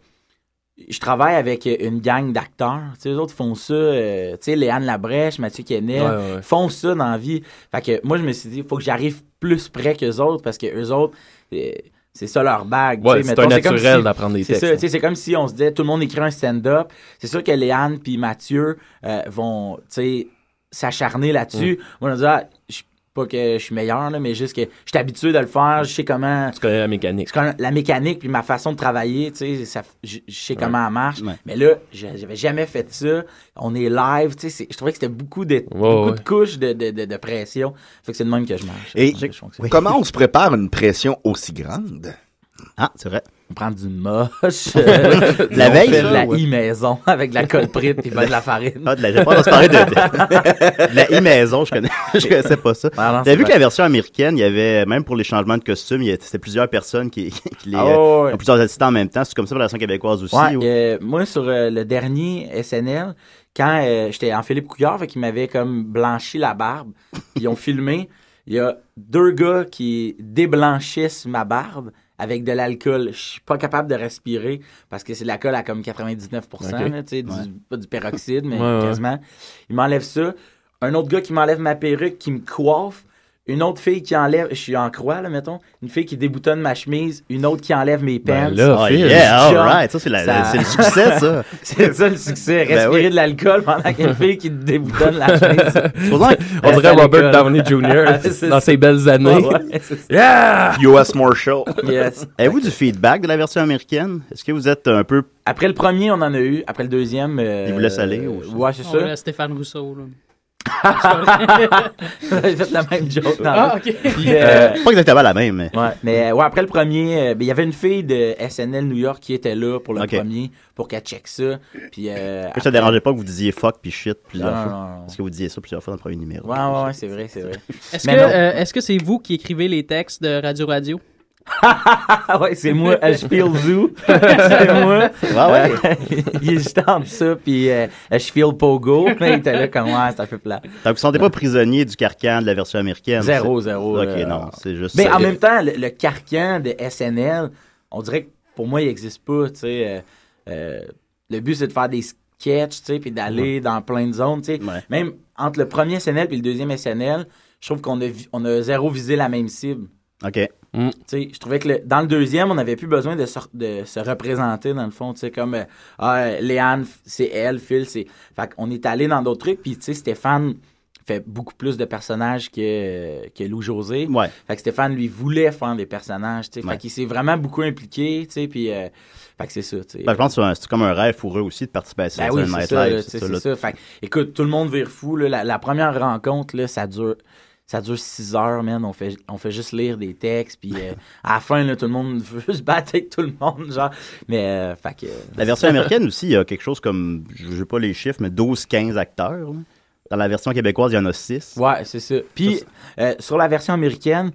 I: je travaille avec une gang d'acteurs. Tu sais, eux autres font ça. euh, tu sais, Léane Labrèche, Mathieu Kennel,
H: Ouais, ouais, ouais.
I: font ça dans la vie. Fait que moi, je me suis dit, faut que j'arrive plus près qu'eux autres parce que eux autres, euh, c'est ça leur bague. tu
H: Ouais,
I: sais,
H: c'est
I: mettons,
H: un
I: comme
H: naturel
I: si-
H: d'apprendre des
I: c'est
H: textes,
I: ça,
H: hein.
I: tu sais, c'est comme si on se disait, tout le monde écrit un stand-up. C'est sûr que Léane puis Mathieu euh, vont, tu sais, s'acharner
H: Mm.
I: là-dessus. Moi, je me dis, ah, je- pas que je suis meilleur, là, mais juste que je suis habitué de le faire, je sais comment
H: Tu connais la mécanique.
I: je connais la mécanique puis ma façon de travailler, tu sais, ça- je je sais comment elle marche.
F: Ouais.
I: Mais là, je- j'avais jamais fait ça. On est live, tu sais, c'est- je trouvais que c'était beaucoup de, beaucoup
H: ouais.
I: de couches de, de, de, de pression. Fait que c'est de même que je marche.
G: Et
I: C'est de même que je fonctionne.
G: comment on se prépare une pression aussi grande?
F: Ah, c'est vrai.
I: On prend du moche, euh,
F: La
I: on
F: veille,
I: fait
F: ça,
I: de la
F: ouais.
I: e-maison avec de la colprite puis ben de la farine.
F: Ah, de la, j'ai pas entendu parler de, de- de la e-maison, je connais, je connaissais pas ça.
I: Ah non,
F: T'as
I: c'est
F: vu
I: vrai.
F: que la version américaine, il y avait, même pour les changements de costumes, il y a- c'était plusieurs personnes qui, qui les,
I: Ah ouais, ouais.
F: ont plusieurs assistants en même temps. C'est comme ça pour la version québécoise aussi.
I: Ouais,
F: ou-
I: euh, moi, sur euh, le dernier SNL, quand euh, j'étais en Philippe Couillard, fait qu'il m'avait comme blanchi la barbe, ils ont filmé, il y a deux gars qui déblanchissent ma barbe avec de l'alcool. Je suis pas capable de respirer parce que c'est de l'alcool à comme 99 là, tu sais, du- pas du peroxyde, mais
H: Ouais, ouais.
I: quasiment. Il m'enlève ça. Un autre gars qui m'enlève ma perruque, qui me coiffe. Une autre fille qui enlève, je suis en croix, là, mettons. Une fille qui déboutonne ma chemise. Une autre qui enlève mes pants.
H: Ben là,
F: Ah,
H: Phil.
F: yeah, all
I: John,
F: right. Ça, c'est la-
I: ça-
F: c'est le succès, ça. Ben
I: C'est ça le succès, respirer
F: oui.
I: de l'alcool pendant qu'il y a une fille qui te déboutonne la chemise.
F: Faudrait que-
H: On
I: Reste
H: dirait
I: à
H: Robert
I: l'école.
H: Downey Jr.
I: C'est
H: dans
I: ça.
H: ses belles années.
I: Ouais, c'est ça.
H: Yeah!
G: U.S. Marshall.
I: Yes.
F: Avez-vous du feedback de la version américaine? Est-ce que vous êtes un peu...
I: Après le premier, on en a eu. Après le deuxième. euh,
F: Il vous laisse aller, ou-
I: Ouais, c'est
B: On
I: ça.
B: va à Stéphane Rousseau, là.
I: J'ai fait la même joke dans
B: Ah,
I: le-
B: ok.
I: Puis, euh,
F: Pas exactement la même, mais...
I: Ouais, mais euh, ouais, après le premier, euh, ben, il y avait une fille de SNL New York qui était là pour le
F: Ok.
I: premier, pour qu'elle check ça. Puis, euh,
F: Ça te dérangeait pas que vous disiez fuck puis shit plusieurs
I: Non,
F: fois?
I: non, non, non.
F: Parce que vous disiez ça plusieurs fois dans le premier numéro.
I: Ouais, ouais, ouais, c'est vrai, c'est vrai.
B: Est-ce
I: Mais
B: que
I: non.
B: euh, est-ce que c'est vous qui écrivez les textes de Radio Radio?
I: Ah ouais, c'est moi, euh, je feel zoo. c'est moi.
F: Ah ouais?
I: Euh, il est juste en dessous, puis euh, je feel pogo. Mais il était là comme, ouais, c'est un peu plat.
F: Donc, vous ne sentez pas prisonnier du carcan de la version américaine?
I: Zéro,
F: c'est-
I: zéro,
F: Ok,
I: là.
F: non, c'est juste...
I: Mais
F: ça.
I: en même temps, le, le carcan de SNL, on dirait que pour moi, il n'existe pas. tu sais, euh, euh, le but, c'est de faire des sketchs, tu sais, puis d'aller dans plein de zones. tu sais.
F: Ouais.
I: Même entre le premier SNL et le deuxième SNL, je trouve qu'on a, vi- on a zéro visé la même cible.
F: OK.
I: Tu sais, je trouvais que le- dans le deuxième, on n'avait plus besoin de se, de se représenter, dans le fond. Tu sais, comme euh, ah, Léane, f- c'est elle, Phil, c'est. Fait qu'on est allé dans d'autres trucs. Puis, tu sais, Stéphane fait beaucoup plus de personnages que, que Lou José.
F: Ouais.
I: Fait que Stéphane, lui, voulait faire des personnages. Tu sais,
F: Ouais.
I: Fait qu'il s'est vraiment beaucoup impliqué. Tu sais, puis. euh, fait que c'est ça. Tu sais.
F: Ben, je pense que c'est un- c'est comme un rêve pour eux aussi de participer à ce
I: Ben oui, c'est
F: Night
I: ça,
F: Live,
I: là, tu sais, c'est ça. Fait que, écoute, tout le monde vire fou. là. la, la première rencontre, là, ça dure. Ça dure 6 heures, man. On fait, on fait juste lire des textes. Puis euh, à la fin, là, tout le monde veut se battre avec tout le monde. genre. Mais, euh, fait que.
F: La version américaine aussi, il y a quelque chose comme, je n'ai pas les chiffres, mais 12-15 acteurs. là. Dans la version québécoise, il y en a six.
I: Ouais, c'est ça. Puis, euh, sur la version américaine,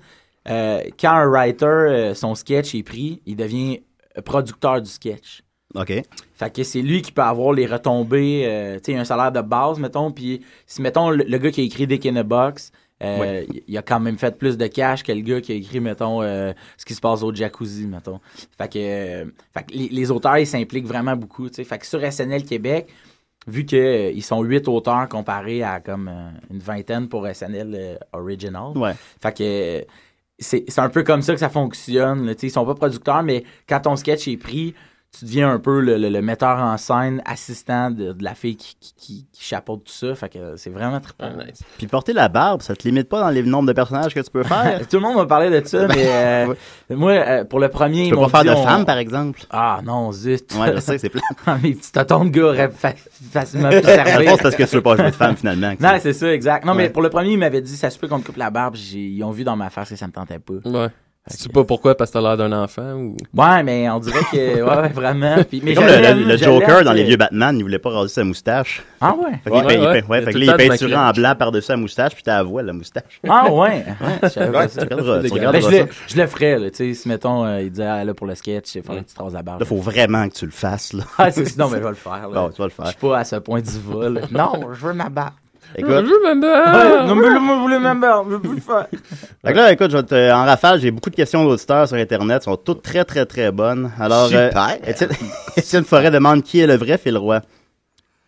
I: euh, quand un writer, euh, son sketch est pris, il devient euh, producteur du sketch.
F: OK.
I: Fait que c'est lui qui peut avoir les retombées, euh, tu sais, un salaire de base, mettons. Puis, si, mettons, le, le gars qui a écrit Dick in a Box, euh,
F: Ouais.
I: il- il a quand même fait plus de cash que le gars qui a écrit, mettons, euh, ce qui se passe au jacuzzi, mettons. Fait que, euh, fait que les, les auteurs, ils s'impliquent vraiment beaucoup, tu sais. Fait que sur SNL Québec, vu qu'ils sont huit auteurs comparés à comme euh, une vingtaine pour SNL euh, Original.
F: Ouais.
I: Fait que euh, c'est c'est un peu comme ça que ça fonctionne. là. Tu sais, Ils sont pas producteurs, mais quand ton sketch est pris, tu deviens un peu le, le- le metteur en scène, assistant de, de la fille qui, qui, qui- qui chapeaute tout ça. Fait que euh, c'est vraiment trippant.
F: Puis porter la barbe, ça te limite pas dans les nombres de personnages que tu peux faire.
I: tout le monde m'a parlé de ça, mais euh, moi, euh, pour le premier,
F: Tu
I: ils
F: peux
I: m'ont
F: pas faire
I: dit,
F: de
I: on-
F: femme, par exemple.
I: Ah non, zut.
F: Ouais, je sais, c'est plein.
I: Ah, Mes petits tontons de gars auraient fa- facilement pu
F: Je
I: servir.
F: pense parce que tu veux pas jouer de femme, finalement.
I: Non, c'est ça, exact. Non,
F: Ouais.
I: mais pour le premier, il m'avait dit, ça se peut qu'on te coupe la barbe. J'ai- Ils ont vu dans ma face que ça me tentait pas.
H: Ouais. sais pas pourquoi, parce que t'as l'air d'un enfant ou.
I: Ouais, mais on dirait que. Ouais, ouais, vraiment. Puis, mais
F: C'est comme le,
I: j'allais-
F: le- le
I: j'allais,
F: Joker dans
I: tu sais.
F: les vieux Batman, il voulait pas raser sa moustache.
I: Ah ouais?
F: Fait que là,
I: Ouais,
F: il peint-
I: ouais.
F: il peint- ouais,
I: Il
F: fait
I: a
F: que
I: tout
F: là, il
I: le temps de
F: peinturait en blanc par-dessus la moustache, puis t'as la voix, la moustache.
I: Ah ouais? Je savais pas
F: Ouais,
I: ça.
F: tu regarderas- tu
I: Ben,
F: regarderas
I: je, le,
F: ça.
I: je le ferais, là, tu sais, si mettons, euh, il disait, ah, là, pour le sketch, il faudrait que tu te rases la barbe.
F: Là, faut vraiment que tu le fasses, là.
I: Ah, c'est sinon, mais je vais le faire. là.
F: Bon, tu vas le faire.
I: Je suis pas à ce point du vol. Non, Oh, je veux ma barbe.
F: Écoute.
I: Ouais, Non, mais moi, je voulais ma barbe, je veux plus le faire.
F: Fait que là, écoute, je vais te- en rafale, j'ai beaucoup de questions d'auditeurs sur Internet. Elles sont toutes très, très, très bonnes. Alors, euh,
G: Super.
F: Étienne, Étienne Forêt demande qui est le vrai fil roi.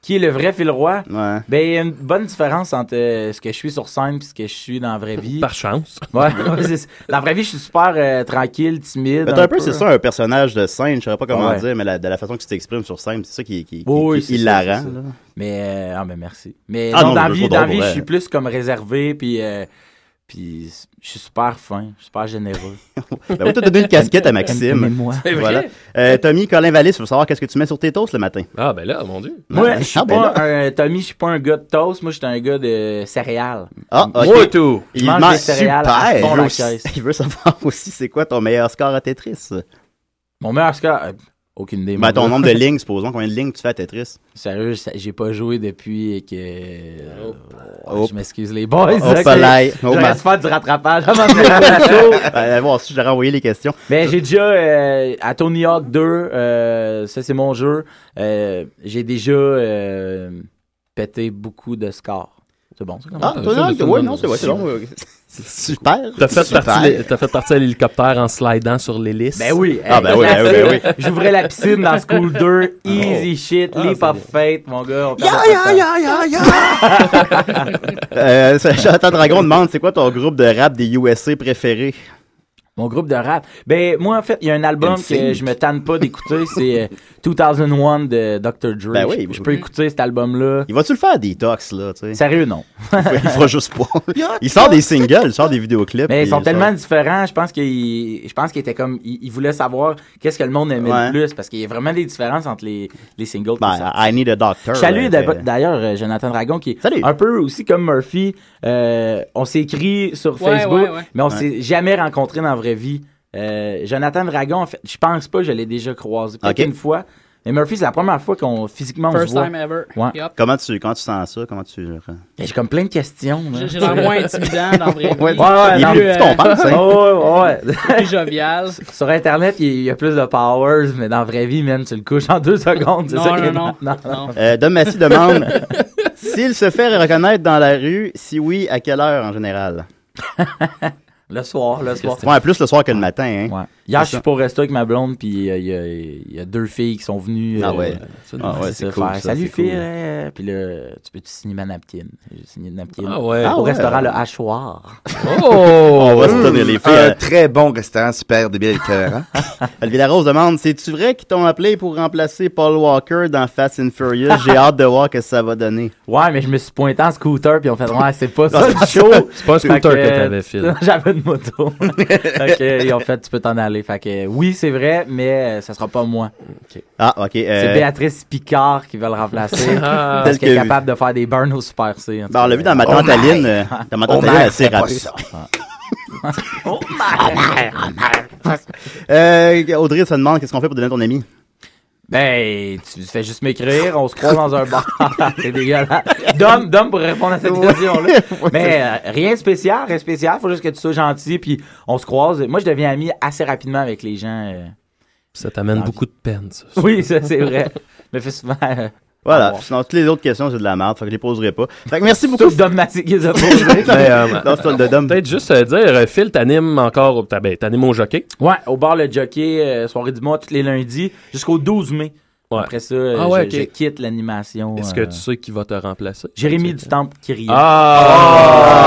I: Qui est le vrai fil roi?
F: Ouais.
I: Ben, il y a une bonne différence entre euh, ce que je suis sur scène et ce que je suis dans la vraie vie.
H: Par chance.
I: Ouais, ouais, c'est ça. Dans la vraie vie, je suis super euh, tranquille, timide.
F: Mais t'es un peu, c'est ça, un personnage de scène, je saurais pas comment
I: hein. Ouais.
F: dire, mais la- de la façon que tu t'exprimes sur scène, c'est ça qui, qui, qui,
I: Oui,
F: qui-
I: c'est
F: il
I: ça,
F: la
I: c'est
F: rend.
I: ça.
F: là.
I: Mais, euh, ah, ben merci. Mais
F: Ah
I: non,
F: non,
I: dans la
F: je
I: vie,
F: trouve
I: dans la
F: drôle,
I: vie,
F: ouais.
I: je suis plus comme réservé, puis, euh, puis je suis super fin, je suis super généreux.
F: Ben oui, t'as donné une casquette à Maxime.
I: Aimez-moi.
H: C'est vrai?
F: Voilà. Euh, Tommy, Colin Vallis, il faut savoir qu'est-ce que tu mets sur tes toasts le matin.
H: Ah, ben là, mon Dieu.
I: Moi, je suis
F: Ah, ben
I: pas
F: là.
I: un, Tommy, je suis pas un gars de toast, moi, je suis un gars de céréales.
F: Ah, ok.
H: Moi, tout.
F: Il
I: mange
F: mange
I: des céréales à
F: super.
I: fond
F: Il
I: la
F: veut aussi-
I: caisse.
F: Il veut savoir aussi c'est quoi ton meilleur score à Tetris.
I: Mon meilleur score, euh, aucune idée.
F: Ben,
I: mon
F: ton
I: gars.
F: nombre de lignes, supposons combien de lignes tu fais à Tetris.
I: Sérieux, ça- j'ai pas joué depuis que. euh,
F: Oh.
I: Je m'excuse, les boys.
F: Oh, palais. Oh, ma-
I: J'aurais dû faire du rattrapage avant de
F: Ben, allez voir si je leur ai envoyé les questions.
I: Ben, j'ai déjà euh, à Tony Hawk 2, euh, ça c'est mon jeu. euh, j'ai déjà euh, pété beaucoup de scores. C'est bon, ça, comment?
F: Ah,
H: ça,
F: toi, non,
H: c'est
F: ouais,
H: bon,
F: non, c'est ouais, c'est
H: c'est
F: bon, ouais, C'est super.
H: T'as fait,
F: Super.
H: partie, t'as fait partie à l'hélicoptère en slidant sur l'hélice.
I: Ben oui.
F: Ah, ben oui, ben oui, ben oui.
I: J'ouvrais la piscine dans School 2.
F: Ah.
I: Easy shit. leap of faith, mon gars. on perdait pas de temps.
F: Euh, Jonathan Dragon demande c'est quoi ton groupe de rap des USA préféré
I: Mon groupe de rap. Ben, moi, en fait, il y a un album que
F: NSYNC.
I: je me tanne pas d'écouter. c'est euh, 2001 de Dr. Dre.
F: Ben oui,
I: Je- je
F: oui.
I: peux écouter cet album-là.
F: Il va-tu le faire des tox, là, tu sais?
I: Sérieux, non.
F: Il fera juste pas. Il sort des singles, il sort des vidéoclips.
I: Mais ils
F: puis
I: sont
F: il
I: tellement
F: sort-
I: différents. Je pense qu'ils, je pense qu'ils étaient comme, ils, ils voulaient savoir qu'est-ce que le monde aimait
F: Ouais.
I: le plus parce qu'il y a vraiment des différences entre les, les singles. qui
F: Ben,
I: sortent.
F: I need a doctor.
I: Salut
F: là,
I: d'ab-
F: fait-
I: d'ailleurs euh, Jonathan Dragon qui est
F: Salut.
I: un peu aussi comme Murphy. euh, on s'est écrit sur
B: Ouais,
I: Facebook,
B: ouais, ouais.
I: mais on s'est jamais rencontré dans la vraie vie. Euh, Jonathan Dragon, en fait, je pense pas, que je l'ai déjà croisé peut-être
F: Ok.
I: une fois. Mais Murphy, c'est la première fois qu'on physiquement on se
B: First
I: voit.
B: time ever.
I: Ouais.
B: Yup.
F: Comment tu, comment tu sens ça? Comment tu. euh,
I: Et J'ai comme plein de questions. là.
B: J'ai j'ai l'air moins intimidant dans la vraie vie.
F: Ouais,
I: ouais,
F: il est
I: non,
F: plus petit qu'on pense, hein?
I: Oh, ouais, ouais.
B: Plus jovial.
I: Sur Internet, il y a- il y a plus de powers, mais dans la vraie vie, man, tu le couches en deux secondes. c'est ça
B: Non,
I: qui est-
B: non, non, non.
F: Euh, Dom Massy demande s'il se fait reconnaître dans la rue, si oui, à quelle heure en général?
I: Le soir, Oh, le soir.
F: Ouais, plus le soir que le matin, hein?
I: Ouais. Hier, je suis pas au resto avec ma blonde, puis euh, il y, a- il y a deux filles qui sont venues.
F: Ah
I: euh,
F: ouais. Ah ouais,
I: c'est
F: c'est
I: ça,
F: cool.
I: faire,
F: ça,
I: Salut,
F: c'est cool.
I: fille. euh, Puis là, tu peux-tu signer ma napkin? J'ai signé une napkin.
H: Ah ouais.
F: Ah
I: Au
F: ouais.
I: restaurant Le Hachoir.
H: Oh!
F: On va se donner les hein. filles.
G: Un très bon restaurant, super débile euh, hein. et tolérant.
F: Olivier Larose demande C'est-tu vrai qu'ils t'ont appelé pour remplacer Paul Walker dans Fast and Furious J'ai hâte de voir ce que ça va donner.
I: Ouais, mais je me suis pointé en scooter, puis on fait, ouais, c'est pas ça le
F: c'est
I: show.
H: C'est pas un
I: Fait
H: scooter que,
I: euh,
H: t'avais, Phil.
I: J'avais une moto. fait que, ils ont fait, tu peux t'en aller. Fait que, oui, c'est vrai, mais euh, ça sera pas moi.
F: Ah, ok. euh,
I: C'est Béatrice Picard qui va le remplacer.
H: Ah.
I: parce
F: Tel
I: qu'elle est
F: que-
I: capable de faire des burns au Super C. en tout
F: ben, on l'a vu dans ma
G: Oh
F: tante
G: my-
F: Aline. euh, Dans ma tante
G: Homer,
F: Aline, elle s'est
G: fais pas
F: rappelée.
G: ça.
I: Oh
F: Euh, Audrey se demande qu'est-ce qu'on fait pour donner ton ami.
I: Ben, tu fais juste m'écrire, on se croise dans un bar. c'est dégueulasse. Dom, Dom pour répondre à cette question-là. Mais euh, rien de spécial, rien de spécial. Faut juste que tu sois gentil, puis on se croise. Moi, je deviens ami assez rapidement avec les gens. euh.
H: Ça
I: Ah.
H: t'amène beaucoup de peine, ça.
I: Oui, ça, c'est vrai. Je me fais souvent. euh,
F: Voilà.
I: avoir.
F: Sinon, toutes les autres questions, c'est de la merde. Fait que je les poserai pas. Fait que merci beaucoup.
I: Sauf Dom Massé qui les a posés.
F: Mais, euh, non, c'est pas le Dom.
H: Peut-être juste euh, dire, euh, Phil, t'animes encore, au- ben, t'animes au jockey.
I: Ouais, au bar le jockey, euh, soirée du mois, tous les lundis, jusqu'au 12 mai.
H: Ouais.
I: Après ça, euh,
H: Ah ouais,
I: je,
H: ok.
I: je quitte l'animation.
H: Est-ce
I: euh,
H: que tu sais qui va te remplacer?
I: Jérémy du Temple qui riait.
F: Ah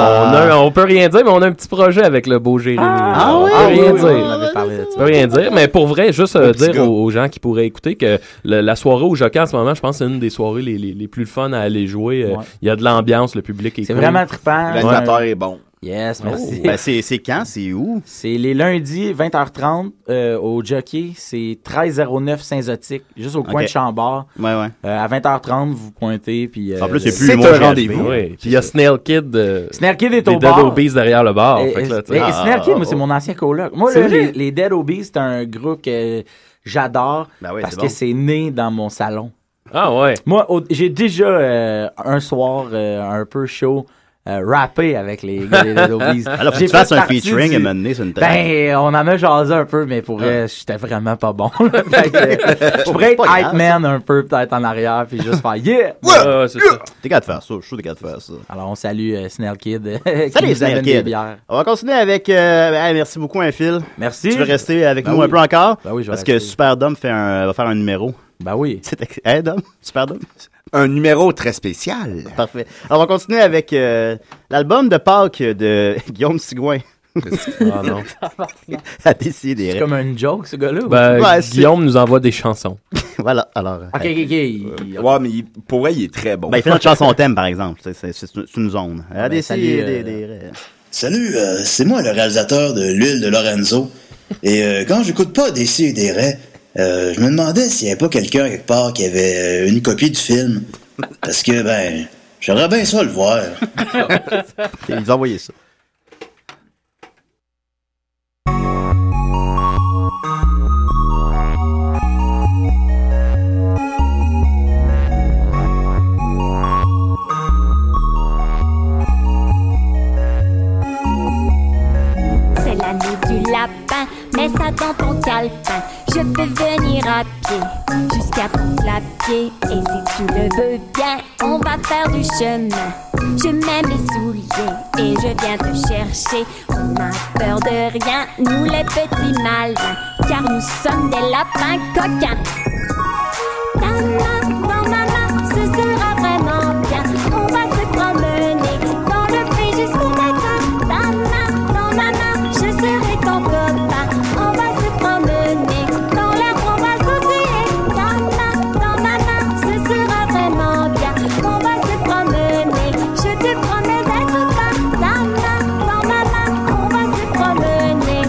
H: Ah! On, a- on peut rien dire, mais on a un petit projet avec le beau Jérémy.
F: Ah oui?
H: On peut rien
I: oui,
H: dire.
I: on avait parlé de ça.
H: Je peux rien dire, mais pour vrai, juste euh,
G: petit gars.
H: dire aux, aux gens qui pourraient écouter que le- la soirée au Jockey en ce moment, je pense que c'est une des soirées les, les- les plus fun à aller jouer. Euh, Il
I: Ouais.
H: y a de l'ambiance, le public est
I: C'est
H: cool.
I: vraiment trippant. Oh.
G: L'animateur est bon.
I: Yes,
H: Oh.
I: merci.
F: Ben, c'est c'est quand? C'est où?
I: C'est les lundis, 20h30, euh, au Jockey. C'est 1309 Saint-Zotique, juste au coin
F: Ok.
I: de Chambord.
F: Ouais, ouais.
I: Euh, à 20h30, vous pointez, puis... euh,
F: En plus,
I: le-
F: c'est plus
G: C'est
F: humour
G: un
F: GHB.
G: rendez-vous.
H: Oui. Puis il y a Snail Kid, euh,
I: Snarky est
H: des
I: au
H: Dead
I: bar.
H: Obies derrière le bar.
I: Et-
H: Fait que là, tu sais,
I: et- et
H: ah,
I: Snarky, eh, moi,
F: oh.
I: c'est mon ancien coloc. Moi,
H: C'est
I: là,
H: vrai?
I: les, les Dead Obies, c'est un groupe que j'adore
F: Ben oui,
I: parce
F: c'est
I: que
F: bon.
I: c'est né dans mon salon.
H: ah ouais.
I: Moi, au- j'ai déjà euh, un soir euh, un peu chaud euh, rappé avec les gars des Dead Obies.
F: Alors, faut que
I: J'ai
F: tu fasses
I: fait
F: un
I: partie
F: featuring
I: du-
F: et à un moment donné sur une table. Ah.
I: Ben, on en a jasé un peu, mais pour vrai, j'étais vraiment pas bon. Fait que, euh, je pourrais être
F: Pas grave,
I: hype man un peu, peut-être en arrière, puis juste faire yeah!
H: Ah, c'est ça.
F: T'es capable de faire ça. Je suis sûr que t'es capable de faire ça.
I: Alors, on salue euh, Snell Kid. euh, qui
F: Salut,
I: nous amène
F: Snail
I: des
F: Kid.
I: bières.
F: On va continuer avec. euh, hey, merci beaucoup, un fil.
I: Merci.
F: Tu veux rester avec
I: Ben
F: nous un
I: oui.
F: peu encore?
I: Ben oui, je vais
F: Parce que
I: rester.
F: Super Dom fait un, va faire un numéro.
I: Ben oui.
F: C'est ex- Hey, Dom? Super Dom?
G: Un numéro très spécial.
F: Parfait. Alors, on va continuer avec euh, l'album de Pâques de Guillaume Sigouin.
H: Ah non.
F: à décider.
I: C'est comme une joke, ce gars-là. ou-
H: Ben,
F: Ouais, c'est-
H: Guillaume nous envoie des chansons.
F: Voilà, alors.
I: Ok,
F: hey.
I: ok, ok. Il-
G: Ouais, mais il- pour vrai, il est très bon.
F: Ben, il fait notre chanson thème, par exemple. C'est- C'est c'est- c'est une zone. À
I: Ben,
F: décider.
I: salut, euh,
K: Salut, euh, c'est moi le réalisateur de L'huile de Lorenzo. Et euh, quand j'écoute pas des des euh, je me demandais s'il n'y avait pas quelqu'un quelque part qui avait euh, une copie du film. Parce que, ben, j'aimerais bien ça le voir.
F: Ils ont envoyé ça.
L: C'est l'année du lapin, mets ça dans ton calepin. Je peux venir à pied jusqu'à ton clapier. Et si tu le veux bien, on va faire du chemin. Je mets mes souliers et je viens te chercher. On a peur de rien, nous les petits malins, car nous sommes des lapins coquins. Na, na, na, na, na, ce sera vraiment bien. On va se promener dans le pays jusqu'au matin. Na, na, na, na, na, je serai ton copain. On va se promener dans l'air, on va sauter. Na, na, na, na, na, ce sera vraiment bien. On va se promener, je te promets d'être pas. Na, na, na, na, na, on va se promener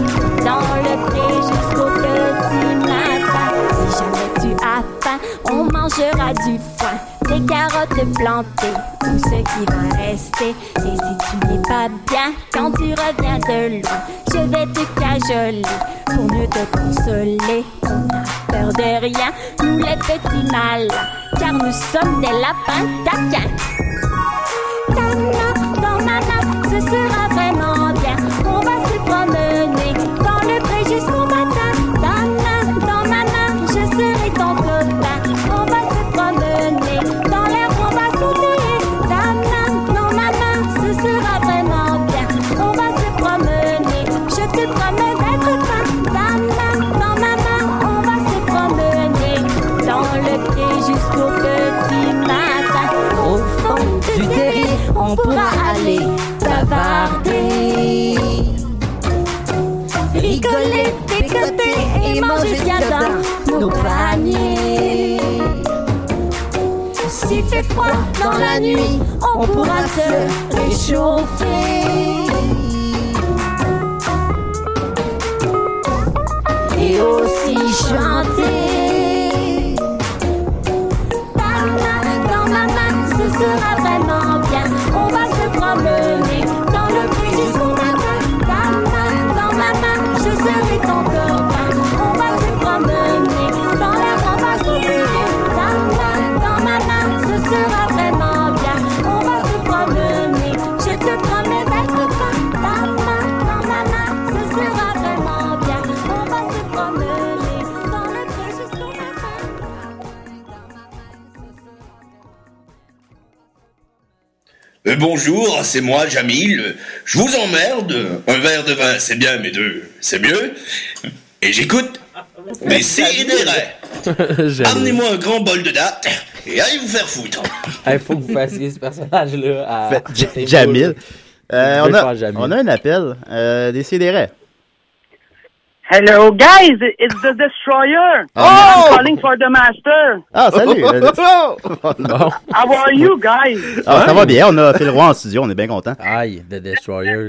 L: dans le pré jusqu'au petit matin. Si jamais tu as faim, on mangera du foin, des carottes plantées ou ce qui va rester. Et si tu n'es pas bien, quand tu reviens de loin, je vais te cajoler pour mieux te consoler. On n'a peur de rien, nous les petits malins, car nous sommes des lapins taquins. Tac-tac, dans ma nappe, ce sera vraiment bien. On va se promener dans le pré jusqu'au matin. Tac-tac, dans ma nappe, je serai ton copain. On va se promener dans l'air, on va sauter. Tac-tac, dans ma nappe, ce sera vraiment bien. On va se promener, je te promets d'être fin. Tac-tac, dans ma nappe, on va se promener dans le pré jusqu'au petit matin. Au fond du terrier, on pourra aller bavarder. Rigoler, décoter et manger bien dans nos paniers. S'il fait froid dans la nuit, on pourra se réchauffer. Et aussi chanter. Dans ma main, ce sera vraiment bien. On va se promener dans le bruit jusqu'au matin. Ta main, dans ma main, je serai ton copain. On va se promener dans
M: Euh, bonjour, c'est moi, Jamil. Euh, Je vous emmerde. Un verre de vin, c'est bien, mais deux, c'est mieux. Et j'écoute. Mais c'est
H: J'aime.
M: Amenez-moi un grand bol de date et allez vous faire foutre.
I: Ah, Il faut que vous fassiez ce personnage-là à.
F: Fait- J- Jamil. Euh,
I: Je
F: on,
I: vais faire
F: a,
I: Jamil.
F: on a un appel. Euh, Décidérez.
N: Hello, guys. It's the Destroyer.
F: Oh!
N: I'm calling for the Master.
F: Ah, salut!
N: Bon. How are you, guys?
F: Ah, ça va bien, on a fait le roi en studio, on est bien content.
I: Aïe, The Destroyer.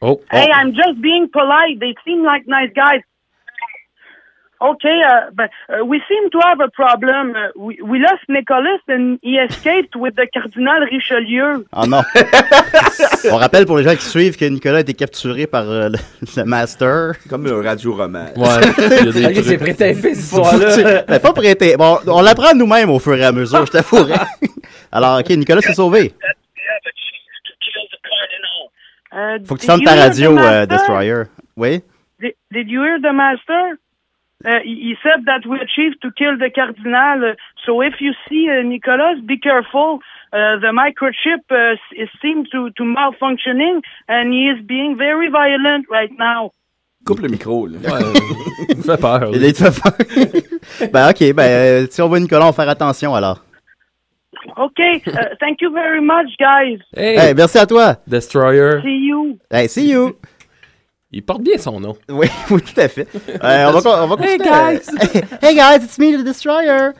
F: Oh,
N: Hey, I'm just being polite. They seem like nice guys. Okay, uh, but uh, we seem to have a problem. Uh, we, we lost Nicholas and he escaped with the Cardinal Richelieu.
F: Oh non! on rappelle pour les gens qui suivent que Nicolas a été capturé par euh, le, le Master. Comme un radio-roman.
H: Ouais, il y a des Ok, trucs.
I: c'est pré-tapé, cette histoire-là.
F: Mais pas prêté. Bon, on l'apprend nous-mêmes au fur et à mesure, je t'avouerai. Alors, ok, Nicolas s'est sauvé.
N: Uh,
F: Faut que
N: did
F: tu fermes
N: you
F: ta
N: hear the
F: radio, euh,
N: Master?
F: Destroyer. Oui?
N: Did, did you hear the Master? Uh, he, he said that we achieved to kill the Cardinal. Uh, so if you see uh, Nicholas, be careful. Uh, the microchip uh, s- is seems to, to malfunctioning and he is being very violent right now.
G: Coupe le micro, là.
H: Il fait peur.
F: Il est fait- ben, ok, ben, euh, si on voit Nicolas, on va faire attention alors.
N: Okay, uh, thank you very much, guys.
F: Hey, merci à toi!
H: Destroyer.
N: See you.
F: Hey, see you!
H: Il porte bien son nom.
F: Oui, oui, tout à fait. Euh, on va, con- on va
A: Hey,
F: continuer. hey guys, it's me, the Destroyer!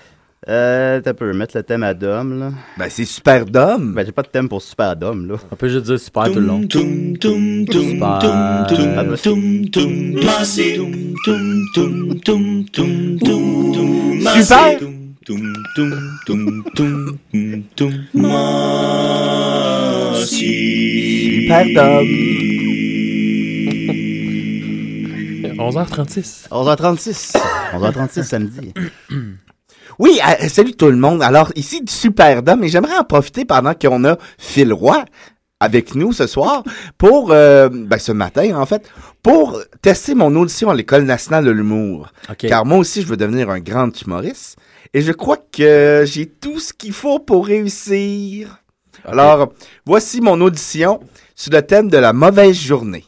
F: Euh, t'as peu, mettre le thème à Dom, là. Ben, c'est Super Dom! Ben, j'ai pas de thème pour Super Dom, là. On peut juste dire Super tout le long. super...
G: Ah,
F: ben,
M: Massé.
A: Super.
F: Super Dom!
H: 11h36.
F: 11h36. 11h36 samedi.
G: Oui, euh, salut tout le monde. Alors, ici du Super Dom, et j'aimerais en profiter pendant qu'on a Phil Roy avec nous ce soir, pour, euh, ben, ce matin en fait, pour tester mon audition à l'École nationale de l'humour. Car moi aussi, je veux devenir un grand humoriste, et je crois que j'ai tout ce qu'il faut pour réussir. Alors, voici mon audition sur le thème de la mauvaise journée.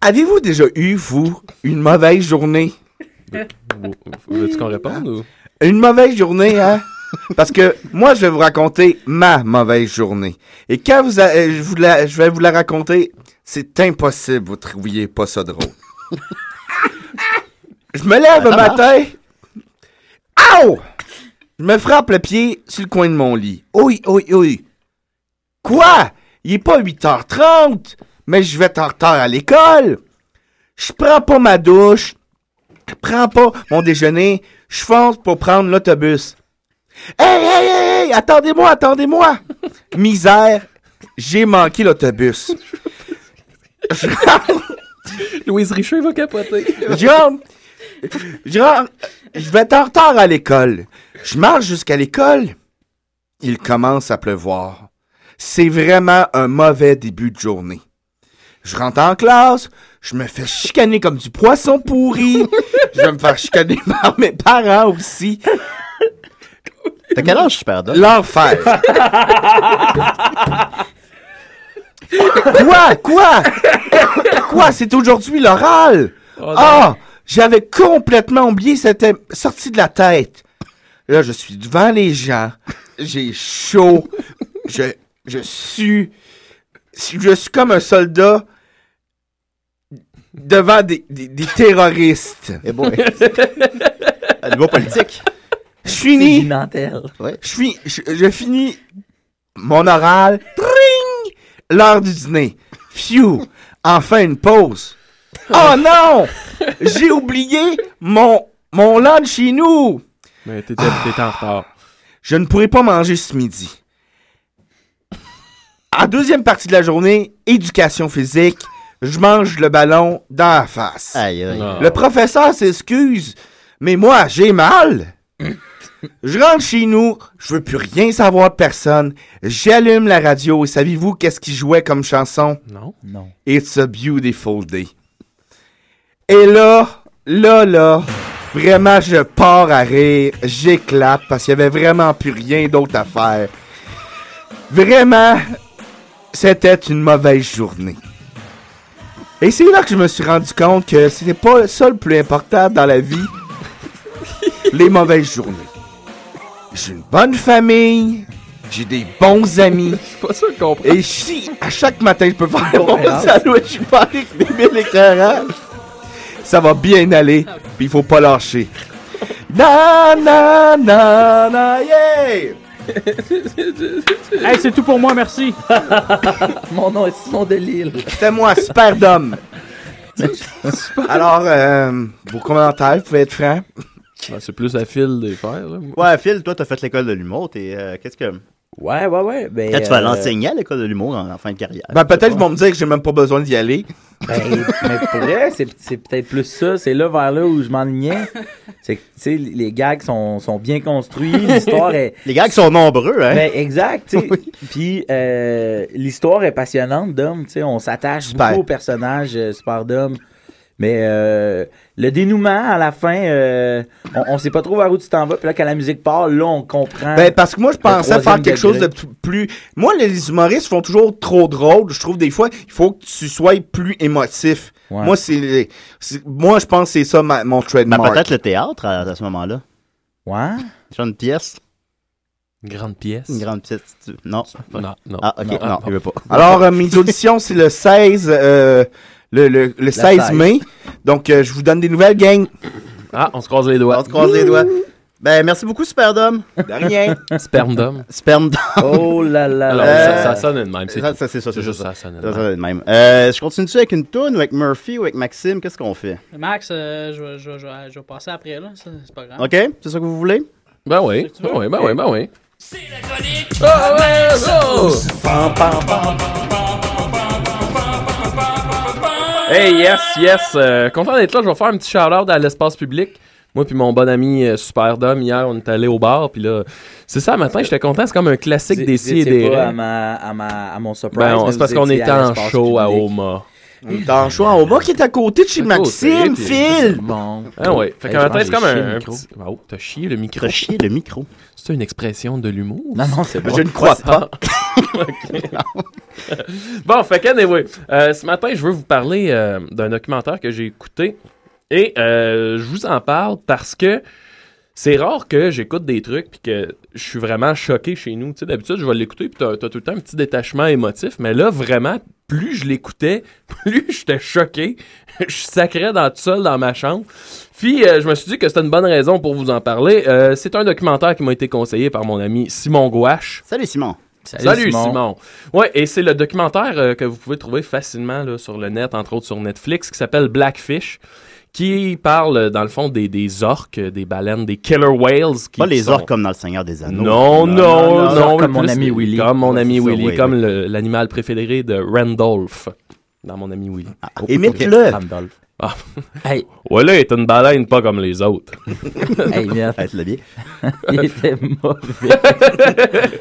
G: Avez-vous déjà eu, vous, une mauvaise journée?
H: Veux-tu qu'on réponde ou?
G: Une mauvaise journée, hein? Parce que moi, je vais vous raconter ma mauvaise journée. Et quand vous a- euh, je, vous la- je vais vous la raconter, c'est impossible, vous trouviez pas ça drôle. je me lève
A: Ça
G: le
A: marche.
G: matin. Ow! Je me frappe le pied sur le coin de mon lit. Oui, oui, oui. Quoi? Il est pas 8h30, mais je vais être en retard à l'école. Je prends pas ma douche. Je prends pas mon déjeuner. Je fonce pour prendre l'autobus. Hey, hey, hey, hey, attendez-moi, attendez-moi. Misère, j'ai manqué l'autobus.
H: Louise Richer va capoter.
G: Je rentre. Je rentre. Je vais être en retard à l'école. Je marche jusqu'à l'école. Il commence à pleuvoir. C'est vraiment un mauvais début de journée. Je rentre en classe, je me fais chicaner comme du poisson pourri. je vais me faire chicaner par mes parents aussi.
F: T'as quel âge, Super Dom?
G: L'enfer. Quoi? Quoi? Quoi? C'est aujourd'hui l'oral?
A: Oh non.
G: Ah! J'avais complètement oublié, c'était sorti de la tête. Là, je suis devant les gens. J'ai chaud. Je, je sue. Je suis comme un soldat devant des, des- des terroristes.
F: Et bon, à niveau politique.
G: Je finis. Je finis. Je, je finis mon oral. Tring! L'heure du dîner. Phew! Enfin une pause. Oh non! J'ai oublié mon, mon lunch chez nous!
H: Mais t'étais t'étais en retard.
G: Je ne pourrai pas manger ce midi. En deuxième partie de la journée, éducation physique, je mange le ballon dans la face.
F: aïe.
G: Le professeur s'excuse, mais moi, j'ai mal. Je rentre chez nous, je veux plus rien savoir de personne. J'allume la radio et savez-vous qu'est-ce qui jouait comme chanson?
H: Non.
I: Non.
G: It's a beautiful day. Et là, là, là, Vraiment, je pars à rire, j'éclate parce qu'il y avait vraiment plus rien d'autre à faire. Vraiment, c'était une mauvaise journée. Et c'est là que je me suis rendu compte que c'était pas ça le plus important dans la vie. Les mauvaises journées. J'ai une bonne famille, j'ai des bons amis. Je suis
H: pas sûr de comprendre. ben,
G: Et si à chaque matin je peux faire mon
F: Conférence.
G: sandwich pain avec des mille éclairages, ça va bien aller,
H: Ah,
G: puis il faut pas lâcher. Na na na na yeah!
O: Hey, c'est tout pour moi, merci.
G: mon nom est Simon Delille. C'est moi, super d'homme. Alors, euh, vos commentaires, vous pouvez être francs.
H: c'est plus la file des fers. Là.
F: Ouais, Phil, toi, t'as fait l'école de l'humour. T'es. euh, Qu'est-ce que.
P: Ouais, ouais, ouais. ben,
F: Peut-être tu vas
P: euh,
F: l'enseigner à l'école de l'humour en, en fin de carrière.
G: Ben, peut-être qu'ils vont me dire que j'ai même pas besoin d'y aller.
P: Ben, mais pour vrai, c'est c'est peut-être plus ça. C'est là vers là où je m'enlignais. C'est que, tu sais, les gags sont, sont bien construits. L'histoire est.
F: Les gags sont nombreux, hein?
P: Ben, exact, tu sais. Puis, euh, l'histoire est passionnante, Dom. Tu sais, on s'attache beaucoup au personnage euh, Super Dom. Mais euh, le dénouement à la fin, euh, on, on sait pas trop vers où tu t'en vas. Puis là, quand la musique part, là, on comprend.
G: Ben, parce que moi, je
P: le
G: pensais faire
P: troisième
G: quelque chose de
P: degré.
G: p- plus. Moi, les humoristes font toujours trop drôle. Je trouve des fois, il faut que tu sois plus émotif.
F: Ouais.
G: Moi, c'est. c'est- Moi, je pense que c'est ça ma- mon
F: Ben,
G: trademark.
F: peut-être le théâtre à, à ce moment-là.
P: Ouais.
F: Genre une pièce.
H: Une grande pièce.
F: Une grande pièce. tu- Non.
H: Non, non.
F: Ah, ok, non,
H: Non, non.
F: il veut pas.
G: Alors, euh, mes auditions, c'est le 16, euh, le, le, le 16,
F: 16.
G: mai. Donc, euh, je vous donne des nouvelles, gang.
H: Ah, on se croise les doigts. On se
F: croise les doigts. Ben, merci beaucoup, Superdome.
G: De rien.
H: Spermdom.
F: Spermdom.
P: Oh là là
H: Alors,
F: là.
H: ça, ça sonne de même. C'est
F: Euh, Ça,
H: tout.
F: ça, c'est ça, c'est
H: juste
F: ça.
H: ça. sonne de
F: Ça,
H: même.
F: ça va être même. Euh, je continue avec une toune ou avec Murphy ou avec Maxime? Qu'est-ce qu'on fait?
B: Max, euh, je, vais- je vais- je vais- je vais passer après, là. ça, C'est pas grave.
F: OK? C'est ça que vous voulez?
H: Ben oui. Ben oui, ben oui, ben oui.
P: Ah!
H: Hey, yes, yes. euh, content d'être là. Je vais faire un petit shout-out à l'espace public. Moi puis mon bon ami euh, Superdome, hier, on est allé au bar. Puis là, c'est ça, le matin, j'étais content. C'est comme un classique des
P: Vous étiez
H: si et des
P: pas
H: raies.
P: à, ma, à, ma, à mon surprise.
H: Ben, on-
P: mais
H: c'est
P: vous
H: parce qu'on
P: étiez
H: était
P: à
H: en
P: l'espace
H: show à
P: public.
H: Oma.
G: On est en choix en bas qui est à côté de chez Maxime, Phil.
H: Bon. Ah ouais. Fait qu'en
G: Hey,
H: même temps,
G: je
H: c'est
G: pense
H: comme
G: que j'ai chié
H: un.
G: le
H: un
G: micro.
H: petit- Ah, Oh, t'as chié le micro.
F: T'as chié le micro.
H: C'est une expression de l'humour.
P: Non, non, c'est bon.
H: Je ne crois pas. bon, fait que, anyway, euh, ce matin, je veux vous parler euh, d'un documentaire que j'ai écouté. Et euh, je vous en parle parce que c'est rare que j'écoute des trucs puis que je suis vraiment choqué chez nous. Tu sais, d'habitude, je vais l'écouter puis t'as t'as tout le temps un petit détachement émotif. Mais là, vraiment, plus je l'écoutais, plus j'étais choqué. je sacrais dans tout seul dans ma chambre. Puis euh, je me suis dit que c'était une bonne raison pour vous en parler. Euh, c'est un documentaire qui m'a été conseillé par mon ami Simon Gouache.
F: Salut Simon.
H: Salut, Simon. Ouais, et c'est le documentaire euh, que vous pouvez trouver facilement là, sur le net, entre autres sur Netflix, qui s'appelle Blackfish, qui parle euh, dans le fond des, des orques, euh, des baleines, des killer whales. Qui
F: Pas les
H: sont-
F: orques comme dans Le Seigneur des Anneaux.
H: Non, non, non,
F: Comme
H: plus
F: mon ami
H: les-
F: Willy.
H: Comme mon
F: Ouais,
H: ami
F: c'est ça,
H: Willy,
F: ouais,
H: comme
F: ouais.
H: le- l'animal préféré de Randolph. Dans mon ami Willy.
F: Oh, imite-le. ok.
H: Randolph. Ah. Willy est une baleine pas comme les autres.
P: Hey, merde.
F: le bien.
P: Il était mauvais.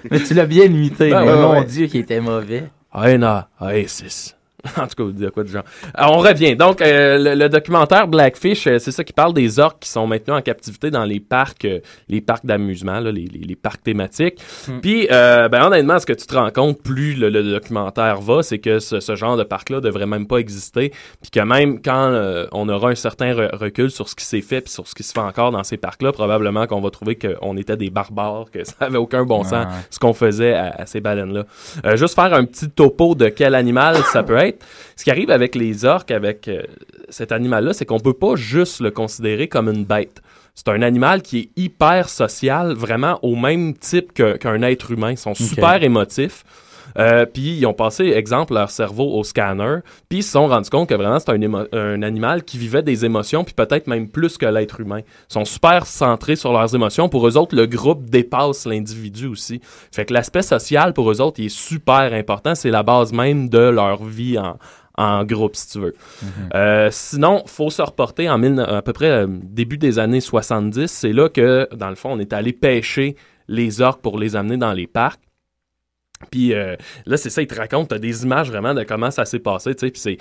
P: mais tu l'as bien imité.
H: Ben
P: mais
H: ouais,
P: mon
H: ouais.
P: Dieu, qu'il était mauvais.
H: Aena Aesis. En tout cas, vous dites quoi de genre. Alors, on revient. Donc, euh, le, le documentaire Blackfish, euh, c'est ça qui parle des orques qui sont maintenant en captivité dans les parcs, euh, les parcs d'amusement, là, les, les- les parcs thématiques.
Q: Hmm.
H: Puis, euh, ben, honnêtement, ce que tu te rends compte, plus le, le documentaire va, c'est que ce, ce genre de parc-là devrait même pas exister. Puis que même quand euh, on aura un certain re- recul sur ce qui s'est fait puis sur ce qui se fait encore dans ces parcs-là, probablement qu'on va trouver qu'on était des barbares, que ça avait aucun bon sens,
Q: Ah ouais.
H: ce qu'on faisait à, à ces baleines-là. Euh, juste faire un petit topo de quel animal ça peut être. Ce qui arrive avec les orques, avec euh, cet animal-là, c'est qu'on peut pas juste le considérer comme une bête. C'est un animal qui est hyper social, vraiment au même type que- qu'un être humain. Ils sont super émotifs. Euh, puis ils ont passé, exemple, leur cerveau au scanner, puis ils se sont rendus compte que vraiment c'est un, émo- un animal qui vivait des émotions, puis peut-être même plus que l'être humain. Ils sont super centrés sur leurs émotions. Pour eux autres, le groupe dépasse l'individu aussi. Fait que l'aspect social, pour eux autres, il est super important. C'est la base même de leur vie en, en groupe, si tu veux. Euh, sinon, faut se reporter en mille- à peu près euh, début des années 70. C'est là que, dans le fond, on est allé pêcher les orques pour les amener dans les parcs. Puis euh, là, c'est ça, il te raconte, t'as des images vraiment de comment ça s'est passé, tu sais, puis c'est...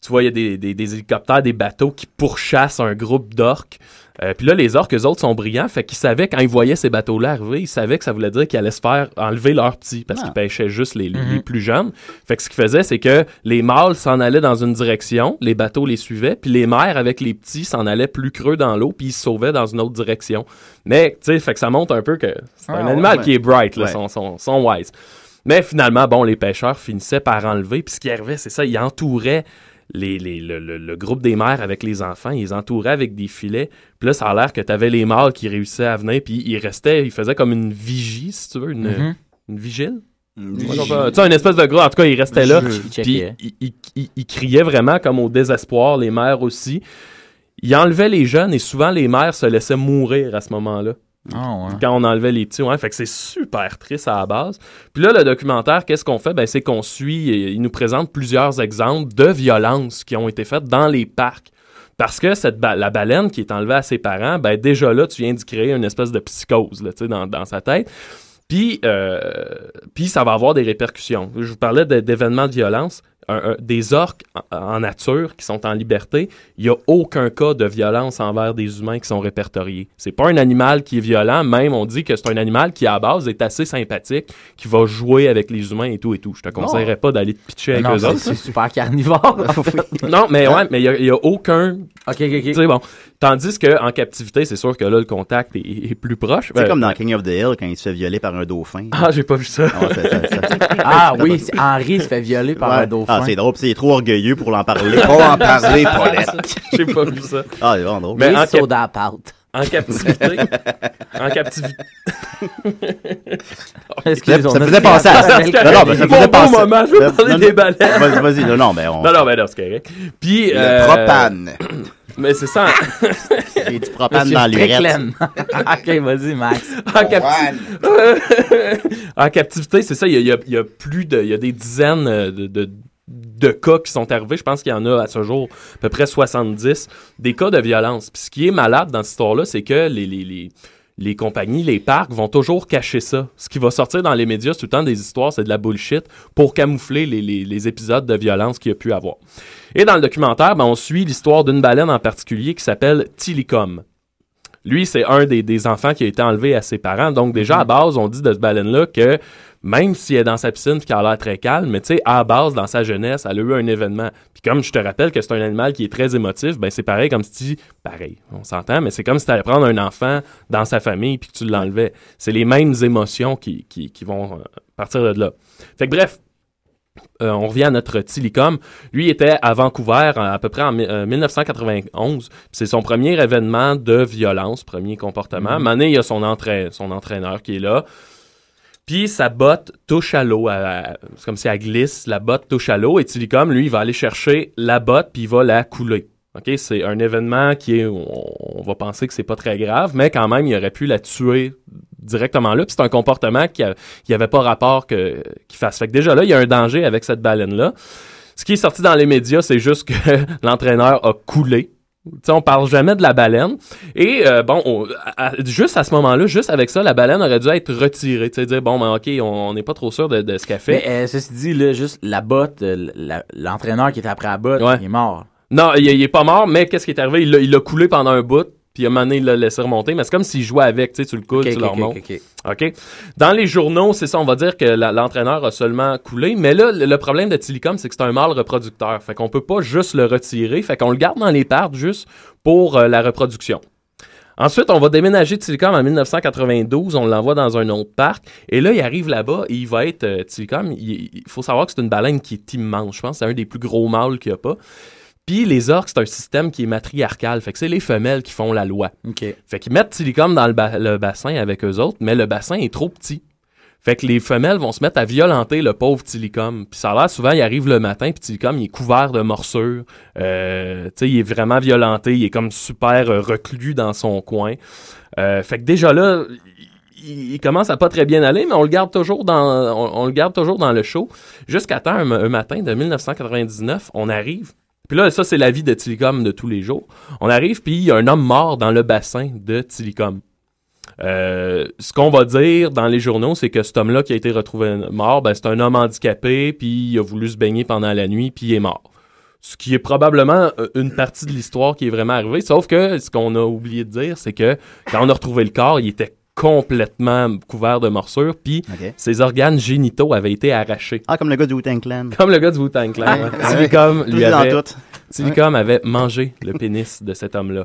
H: Tu vois, il y a des, des- des hélicoptères, des bateaux qui pourchassent un groupe d'orques. Euh, Puis là, les orques, eux autres, sont brillants. Fait qu'ils savaient, quand ils voyaient ces bateaux-là arriver, ils savaient que ça voulait dire qu'ils allaient se faire enlever leurs petits parce
P: Ah.
H: qu'ils pêchaient juste les, les
P: Mhm.
H: plus jeunes. Fait que ce qu'ils faisaient, c'est que les mâles s'en allaient dans une direction, les bateaux les suivaient, puis les mères avec les petits s'en allaient plus creux dans l'eau, puis ils se sauvaient dans une autre direction. Mais, tu sais, fait que ça montre un peu que c'est
P: Ah,
H: un
P: ouais,
H: animal
P: ouais.
H: qui est bright, là,
P: Ouais.
H: son, son- son wise. Mais finalement, bon, les pêcheurs finissaient par enlever. Puis ce qui arrivait, c'est ça, ils entouraient les, les- le, le- le groupe des mères avec les enfants. Ils les entouraient avec des filets. Puis là, ça a l'air que tu avais les mâles qui réussissaient à venir. Puis ils restaient, ils faisaient comme une vigie, si tu veux, une,
P: Mhm.
H: une vigile.
P: Une
H: Ouais,
P: vigie.
H: comme, euh, Tu sais, un espèce de gros. En tout cas, ils restaient là.
P: Je- je
H: Puis
P: checkais.
H: ils, ils- ils- ils criaient vraiment comme au désespoir, les mères aussi. Ils enlevaient les jeunes et souvent les mères se laissaient mourir à ce moment-là. Quand on enlevait les petits, ouais. Fait que c'est super triste à la base. Puis là, le documentaire, qu'est-ce qu'on fait? Ben, c'est qu'on suit, et il nous présente plusieurs exemples de violences qui ont été faites dans les parcs. Parce que cette ba- la baleine qui est enlevée à ses parents, ben déjà là, tu viens d'y créer une espèce de psychose là, tu sais, dans, dans sa tête. Puis, euh, puis ça va avoir des répercussions. Je vous parlais de- d'événements de violence. Un- un- des orques en, en nature qui sont en liberté, il n'y a aucun cas de violence envers des humains qui sont répertoriés. C'est pas un animal qui est violent, même on dit que c'est un animal qui, à la base, est assez sympathique, qui va jouer avec les humains et tout et tout. Je te conseillerais pas d'aller te pitcher avec
I: Non,
H: eux
I: c'est-
H: autres. hein.
I: c'est super carnivore. en fait.
H: Non, mais ouais, mais il n'y a, aucun. Tu sais, bon. Tandis qu'en captivité, c'est sûr que là, le contact est, est plus proche.
F: C'est
H: Ben,
F: comme dans King of the Hill quand il se fait violer par un dauphin.
H: Ah, j'ai pas vu ça.
F: Ah, c'est- c'est- c'est-
I: Ah oui, c'est- Henri se fait violer par
F: Ouais.
I: un dauphin.
F: Ah, c'est drôle, pis c'est trop orgueilleux pour l'en parler.
I: Trop en parler,
H: Paulette. J'ai pas vu ça.
F: Ah, c'est vraiment drôle.
H: Mais en, cap-
I: soda pâte.
H: en captivité. en captivité.
F: Excusez, Ça on a- faisait penser à ça.
H: C'est correct.
F: Non, non, mais ça
H: Bon,
F: faisait
H: bon
F: penser-
H: moment, je veux
F: Non,
H: parler
F: Ben, non, Ah,
H: des baleines.
F: vas-y, vas-y, non, non, mais on-
H: Non, non, mais non, c'est correct. Puis.
F: Le
H: euh,
F: propane.
H: Mais c'est ça.
F: J'ai du
I: Monsieur Strickland. ok, vas-y, Max.
H: en, capti- En captivité, c'est ça. Il y a, il y a- il y a plus de. Il y a des dizaines euh, de, de- de cas qui sont arrivés. Je pense qu'il y en a à ce jour à peu près 70. Des cas de violence. Puis ce qui est malade dans cette histoire-là, c'est que les. les- les- les compagnies, les parcs vont toujours cacher ça. Ce qui va sortir dans les médias, c'est tout le temps des histoires, c'est de la bullshit pour camoufler les, les- les épisodes de violence qu'il y a pu avoir. Et dans le documentaire, ben, on suit l'histoire d'une baleine en particulier qui s'appelle Tilicum. Lui, c'est un des, des enfants qui a été enlevé à ses parents. Donc, déjà, à base, on dit de ce baleine-là que même s'il est dans sa piscine et qu'il a l'air très calme, mais tu sais, à base, dans sa jeunesse, elle a eu un événement. Puis comme je te rappelle que c'est un animal qui est très émotif, ben c'est pareil comme si... Pareil, on s'entend, mais c'est comme si tu allais prendre un enfant dans sa famille puis que tu l'enlevais. C'est les mêmes émotions qui, qui, qui vont euh, partir de là. Fait que bref, euh, on revient à notre Tilicum. Lui était à Vancouver euh, à peu près en mi- euh, 1991. Puis C'est son premier événement de violence, premier comportement.
P: Mhm.
H: Mané, il y a son, entra- son entraîneur qui est là. Puis sa botte touche à l'eau. à- à- C'est comme si elle glisse, la botte touche à l'eau. Et Tilicum, lui, il va aller chercher la botte puis il va la couler. OK? C'est un événement qui est. On, on va penser que c'est pas très grave, mais quand même, il aurait pu la tuer directement là. Puis c'est un comportement qui n'y avait pas rapport que- qu'il fasse. Fait que déjà là, il y a un danger avec cette baleine-là. Ce qui est sorti dans les médias, c'est juste que l'entraîneur a coulé. Tu sais, on parle jamais de la baleine. Et euh, bon, on- à- à- juste à ce moment-là, juste avec ça, la baleine aurait dû être retirée. Tu sais, dire, bon, ben, OK, on on n'est pas trop sûr de, de ce qu'elle fait.
I: Mais euh, ceci dit, là, juste la botte, euh, la- l'entraîneur qui était après la botte, il est mort.
H: Non, il, il est pas mort, mais qu'est-ce qui est arrivé? Il l'a- Il l'a coulé pendant un bout, puis à un moment donné, il l'a laissé remonter. Mais c'est comme s'il jouait avec, tu sais, tu le coules,
P: Ok,
H: tu
P: ok,
H: le
P: ok,
H: remontes.
P: ok,
H: OK. Dans les journaux, c'est ça, on va dire que la- l'entraîneur a seulement coulé. Mais là, le, le problème de Tilicum, c'est que c'est un mâle reproducteur. Fait qu'on peut pas juste le retirer. Fait qu'on le garde dans les parcs juste pour euh, la reproduction. Ensuite, on va déménager Tilicum en 1992. On l'envoie dans un autre parc. Et là, il arrive là-bas et il va être euh, Tilicum. Il, il faut savoir que c'est une baleine qui est immense. Je pense que c'est un des plus gros mâles qu'il n'y a pas. Puis les orques, c'est un système qui est matriarcal. Fait que c'est les femelles qui font la loi. Fait qu'ils mettent Tilicum dans le, ba- le bassin avec eux autres, mais le bassin est trop petit. Fait que les femelles vont se mettre à violenter le pauvre Tilicum. Puis ça a l'air souvent, il arrive le matin, puis Tilicum, il est couvert de morsures. Euh, tu sais, il est vraiment violenté. Il est comme super euh, reclus dans son coin. Euh, fait que déjà là, il, il commence à pas très bien aller, mais on le garde toujours dans, on, on le garde toujours dans le show. Jusqu'à temps, un, un matin de 1999, on arrive. Puis là, ça, c'est la vie de Tilicum de tous les jours. On arrive, puis il y a un homme mort dans le bassin de Tilicum. Euh, ce qu'on va dire dans les journaux, c'est que cet homme-là qui a été retrouvé mort, ben, c'est un homme handicapé, puis il a voulu se baigner pendant la nuit, puis il est mort. Ce qui est probablement euh, une partie de l'histoire qui est vraiment arrivée. Sauf que ce qu'on a oublié de dire, c'est que quand on a retrouvé le corps, il était complètement couvert de morsures, puis ses organes génitaux avaient été arrachés.
F: Ah, comme le gars du Wu-Tang Clan.
H: Comme le gars du Wu-Tang Clan.
F: Ouais.
H: hein.
F: Ah ouais.
H: Tillicum
F: Tout
H: lui
F: dans
H: avait,
F: tout.
H: Tillicum avait mangé le pénis de cet homme-là.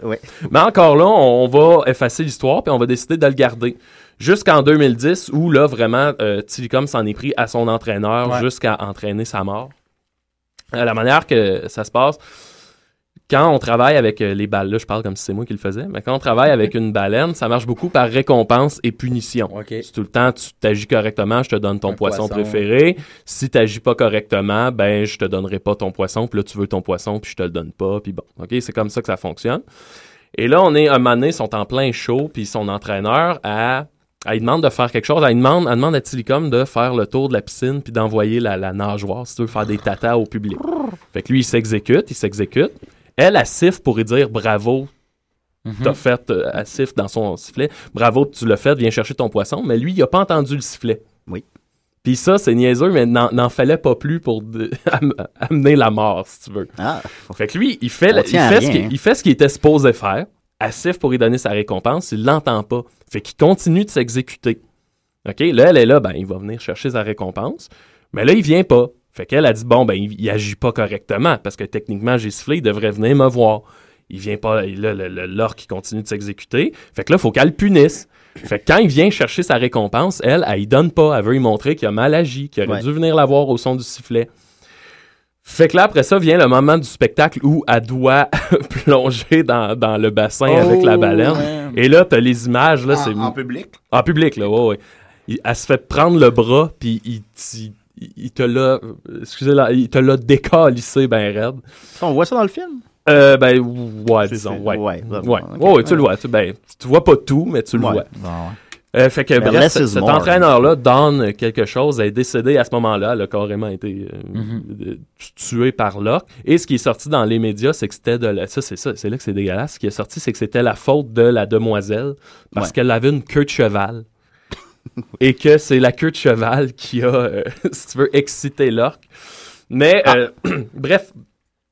H: Mais encore là, on, on va effacer l'histoire puis on va décider de le garder. Jusqu'en 2010, où là, vraiment, euh, Tillicum s'en est pris à son entraîneur
P: Ouais.
H: jusqu'à entraîner sa mort. Euh, la manière que ça se passe, quand on travaille avec euh, les balles, là, je parle comme si c'est moi qui le faisais, mais quand on travaille avec une baleine, ça marche beaucoup par récompense et punition. C'est tout le temps, tu t'agis correctement, je te donne ton poisson,
P: poisson.
H: préféré. Si t'agis pas correctement, ben, je te donnerai pas ton poisson, puis là, tu veux ton poisson, puis je te le donne pas, puis bon. OK, c'est comme ça que ça fonctionne. Et là, on est, un moment donné, ils sont en plein show, puis son entraîneur, à, elle lui demande de faire quelque chose. Elle lui demande, elle demande à Tillicum de faire le tour de la piscine, puis d'envoyer la, la nageoire, si tu veux, faire des tatas au public. Fait que lui, il s'exécute, il s'exécute. Elle, elle siffle pour lui dire bravo, t'as fait, euh, elle siffle dans son sifflet, bravo, tu l'as fait, viens chercher ton poisson. Mais lui, il a pas entendu le sifflet.
F: Oui.
H: Puis ça, c'est niaiseux, mais n'en n'en fallait pas plus pour de- am- amener la mort, si tu veux. Fait que lui, il fait,
F: On
H: la- il
F: tient à
H: fait ce
F: rien,
H: qu'il
F: hein.
H: il fait ce qu'il était supposé faire. À Sif pour lui donner sa récompense, il l'entend pas. Fait qu'il continue de s'exécuter. OK, là, elle est là, ben, il va venir chercher sa récompense. Mais là, il vient pas. Fait qu'elle a dit, bon, ben, il, il agit pas correctement parce que techniquement, j'ai sifflé, il devrait venir me voir. Il vient pas, et là, le- le- l'orque, il continue de s'exécuter. Fait que là, faut qu'elle le punisse. Fait que quand il vient chercher sa récompense, elle, elle, il donne pas. Elle veut lui montrer qu'il a mal agi, qu'il aurait
P: Ouais.
H: dû venir la voir au son du sifflet. Fait que là, après ça, vient le moment du spectacle où elle doit plonger dans, dans le bassin
F: Oh,
H: avec la baleine.
G: man.
H: Et là, t'as les images, là,
G: En-
H: c'est...
G: en public?
H: En public, là, ouais, ouais. Il- elle se fait prendre le bras, puis il, t- il- il te l'a... Excusez-la, il te l'a décalissé ben raide.
F: On voit ça dans le film?
H: Euh, ben, ouais, disons, ouais. Ouais, ouais, ouais, tu le vois. Tu, ben, tu vois pas tout, mais tu le
F: Ouais.
H: vois.
F: Ouais,
H: Euh, fait que,
F: Ben,
H: bref,
F: less
H: cet,
F: is
H: cet
F: more.
H: entraîneur-là donne quelque chose. Elle est décédée à ce moment-là. Elle a carrément été euh, euh, tuée par l'orque. Et ce qui est sorti dans les médias, c'est que c'était de la... Ça, c'est ça. C'est là que c'est dégueulasse. Ce qui est sorti, c'est que c'était la faute de la demoiselle parce
P: Ouais.
H: qu'elle avait une queue de cheval. et que c'est la queue de cheval qui a, euh, si tu veux, excité l'orque. Mais, euh, bref,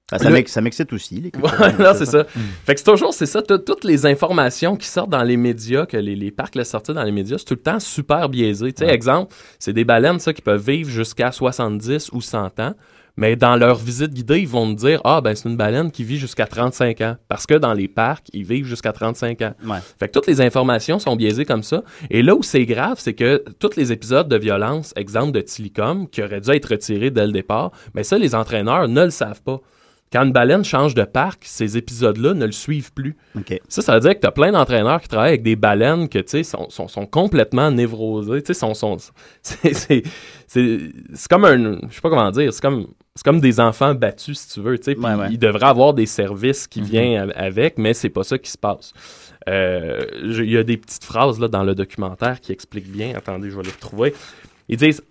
F: Ben, ça
H: le-
F: m'ex- ça m'excite aussi, les
H: Ouais, non, c'est ça. Fait que c'est toujours, c'est ça, tout- toutes les informations qui sortent dans les médias, que les, les parcs laissent sortir dans les médias, c'est tout le temps super biaisé. Tu sais, exemple, c'est des baleines, ça, qui peuvent vivre jusqu'à 70 ou 100 ans, mais dans leur visite guidée, ils vont te dire, ah, ben, c'est une baleine qui vit jusqu'à 35 ans. Parce que dans les parcs, ils vivent jusqu'à 35 ans. Fait que toutes les informations sont biaisées comme ça. Et là où c'est grave, c'est que tous les épisodes de violence, exemple de Tillicum, qui auraient dû être retirés dès le départ, mais ça, les entraîneurs ne le savent pas. Quand une baleine change de parc, ces épisodes-là ne le suivent plus. Ça, ça veut dire que tu as plein d'entraîneurs qui travaillent avec des baleines que, tu sais, sont, sont, sont complètement névrosés. Tu sais, sont, sont, c'est, c'est, c'est, c'est comme un. Je sais pas comment dire. C'est comme, c'est comme des enfants battus, si tu veux. Tu sais, puis ils devraient avoir des services
F: Mhm.
H: qui viennent a- avec, mais c'est pas ça qui se passe. Euh, j'ai- Il y a des petites phrases là, dans le documentaire qui expliquent bien. Attendez, je vais les retrouver. Ils disent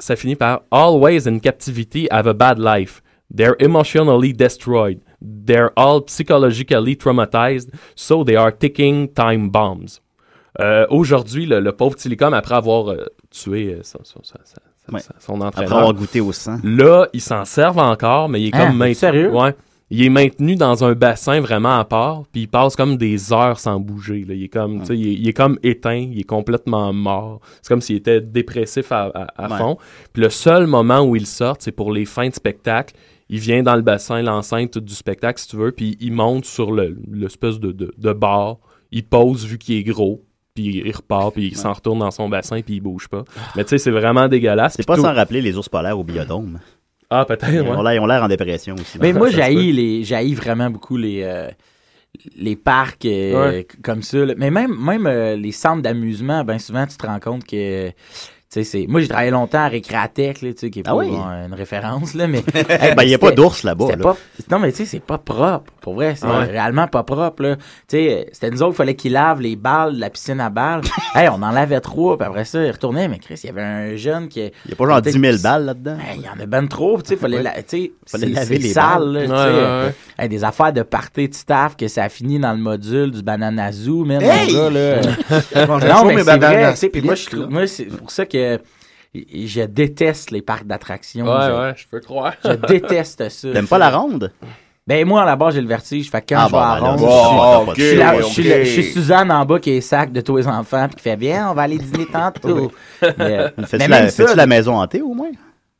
H: ça finit par Always in captivity have a bad life. They're emotionally destroyed. They're all psychologically traumatized, so they are ticking time bombs. Euh, Aujourd'hui, le, le pauvre Tillicum, après avoir euh, tué euh, son, son- son- son- son- son entraîneur,
F: avoir goûté au sang.
H: Là, ils s'en servent encore, mais il est
F: Hein?
H: comme maintenu.
F: Sérieux?
H: Ouais. Il est maintenu dans un bassin vraiment à part, puis il passe comme des heures sans bouger. là. Il, est comme, tu sais, il, est, il est comme éteint, il est complètement mort. C'est comme s'il était dépressif à, à- à
P: Ouais.
H: fond. Puis le seul moment où il sort, c'est pour les fins de spectacle. Il vient dans le bassin, l'enceinte du spectacle, si tu veux, puis il monte sur le- l'espèce de, de, de bar. Il pose vu qu'il est gros, puis il repart, puis il s'en retourne dans son bassin, puis il bouge pas. Mais tu sais, c'est vraiment dégueulasse.
F: C'est
H: Puis
F: pas
H: tout-
F: sans rappeler les ours polaires au biodôme.
H: Ah, peut-être,
F: Ils
H: ouais.
F: ont l'air- ils ont l'air en dépression aussi.
I: Mais moi,
F: Ça se peut.
I: j'haïs les, j'haïs vraiment beaucoup les, euh, les parcs euh,
F: Ouais.
I: c- comme ça. là. Mais même, même euh, les centres d'amusement, ben souvent, tu te rends compte que. tu sais, c'est... Moi, j'ai travaillé longtemps à Récréatech, là, tu sais, qui est pas
F: Ah oui?
I: bon, une référence. Là, mais,
F: Ben, il y a pas
I: c'était-
F: d'ours là-bas,
I: c'était
F: là.
I: pas- Non, mais tu sais, c'est pas propre. Pour vrai, c'est
F: Ah ouais.
I: réellement pas propre. là. Tu sais, c'était nous autres, il fallait qu'ils lavent les balles de la piscine à balles. hey, on en lavait trois, puis après ça, ils retournaient. Mais Chris, il y avait un jeune qui.
F: Il y a pas genre 10 000 balles là-dedans.
I: Hey, Il y en a ben trop, tu sais, fallait,
F: Ouais.
I: la- tu sais,
F: Fallait
I: c'est-
F: laver
I: c'est
F: les
I: sale, là,
F: balles.
I: tu sais.
F: Ouais, ouais, ouais.
I: Hey, des affaires de party de staff que ça a fini dans le module du Banana Zoo, man.
G: Hey!
I: mon gars, là. euh,
G: Je mange
I: non,
G: toujours
I: mais
G: mes
I: c'est
G: bananes
I: vrai,
G: à
I: tu sais, puis moi, je
G: split,
I: trouve- moi, c'est pour ça que
P: et- et je déteste les parcs d'attractions.
H: Ouais,
P: Je-
H: ouais, je peux croire.
P: Je déteste ça.
H: T'aimes pas la
F: ronde?
P: Ben, moi, à la base, j'ai le vertige. Fait que quand
F: Ah,
P: je
F: bon,
P: vais à
F: ben là,
P: la ronde,
F: c'est
P: je suis-
F: bon,
P: je suis
F: ok,
P: la- je suis
F: ok.
P: la- je suis Suzanne en bas qui est sac de tous les enfants, puis qui fait bien, on va aller dîner tantôt. Mais, euh,
F: Fais-tu
P: mais
F: la,
P: même ça,
F: fais-tu la maison hantée au moins?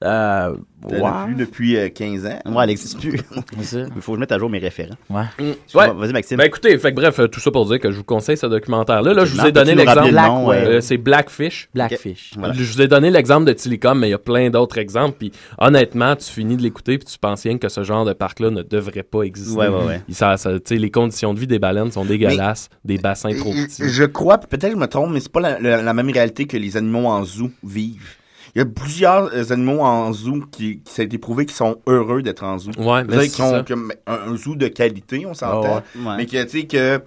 P: Euh, ouais.
F: Depuis, depuis euh, 15 ans. Moi, elle n'existe plus.
P: Il
F: faut que je mette à jour mes référents.
P: Ouais.
H: Mm.
F: Mm.
H: Ouais.
F: Vas-y, Maxime.
H: Ben écoutez, fait que bref, euh, tout ça pour dire que je vous conseille ce documentaire-là. Là, je vous ai
F: Absolument.
H: donné
F: Peux-tu nous rappeler
H: l'exemple.
F: le nom,
H: Euh,
F: ouais.
H: C'est Blackfish.
P: Blackfish.
F: Ok. Voilà.
H: Je vous ai donné l'exemple de Tilicom, mais il y a plein d'autres exemples. Puis honnêtement, tu finis de l'écouter, puis tu penses rien que ce genre de parc-là ne devrait pas exister.
F: Ouais, ouais, ouais.
H: Il- ça- ça- tu sais, les conditions de vie des baleines sont dégueulasses, des bassins trop petits.
G: Je crois, puis peut-être que je me trompe, mais c'est pas la, la- la même réalité que les animaux en zoo vivent. Il y a plusieurs euh, animaux en zoo qui, qui ça a été prouvé qu'ils sont heureux d'être en zoo.
H: Ouais, mais
G: C'est-à-dire
H: c'est
G: qu'ils ont
H: ça.
G: comme un, un zoo de qualité, on s'entend.
H: Ah ouais. Ouais.
G: Mais que tu sais que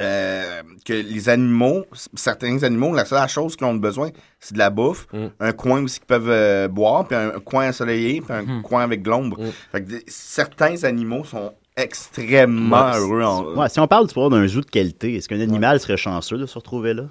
G: euh, que les animaux, c- certains animaux, la seule chose qu'ils ont besoin, c'est de la bouffe,
H: Mm.
G: un coin aussi qu'ils peuvent euh, boire, puis un, coin ensoleillé, puis un coin avec de l'ombre.
H: Mm.
G: Fait que des- certains animaux sont extrêmement
F: Ouais,
G: heureux en
F: ouais, si on parle du pouvoir d'un zoo de qualité, est-ce qu'un animal serait chanceux de se retrouver là?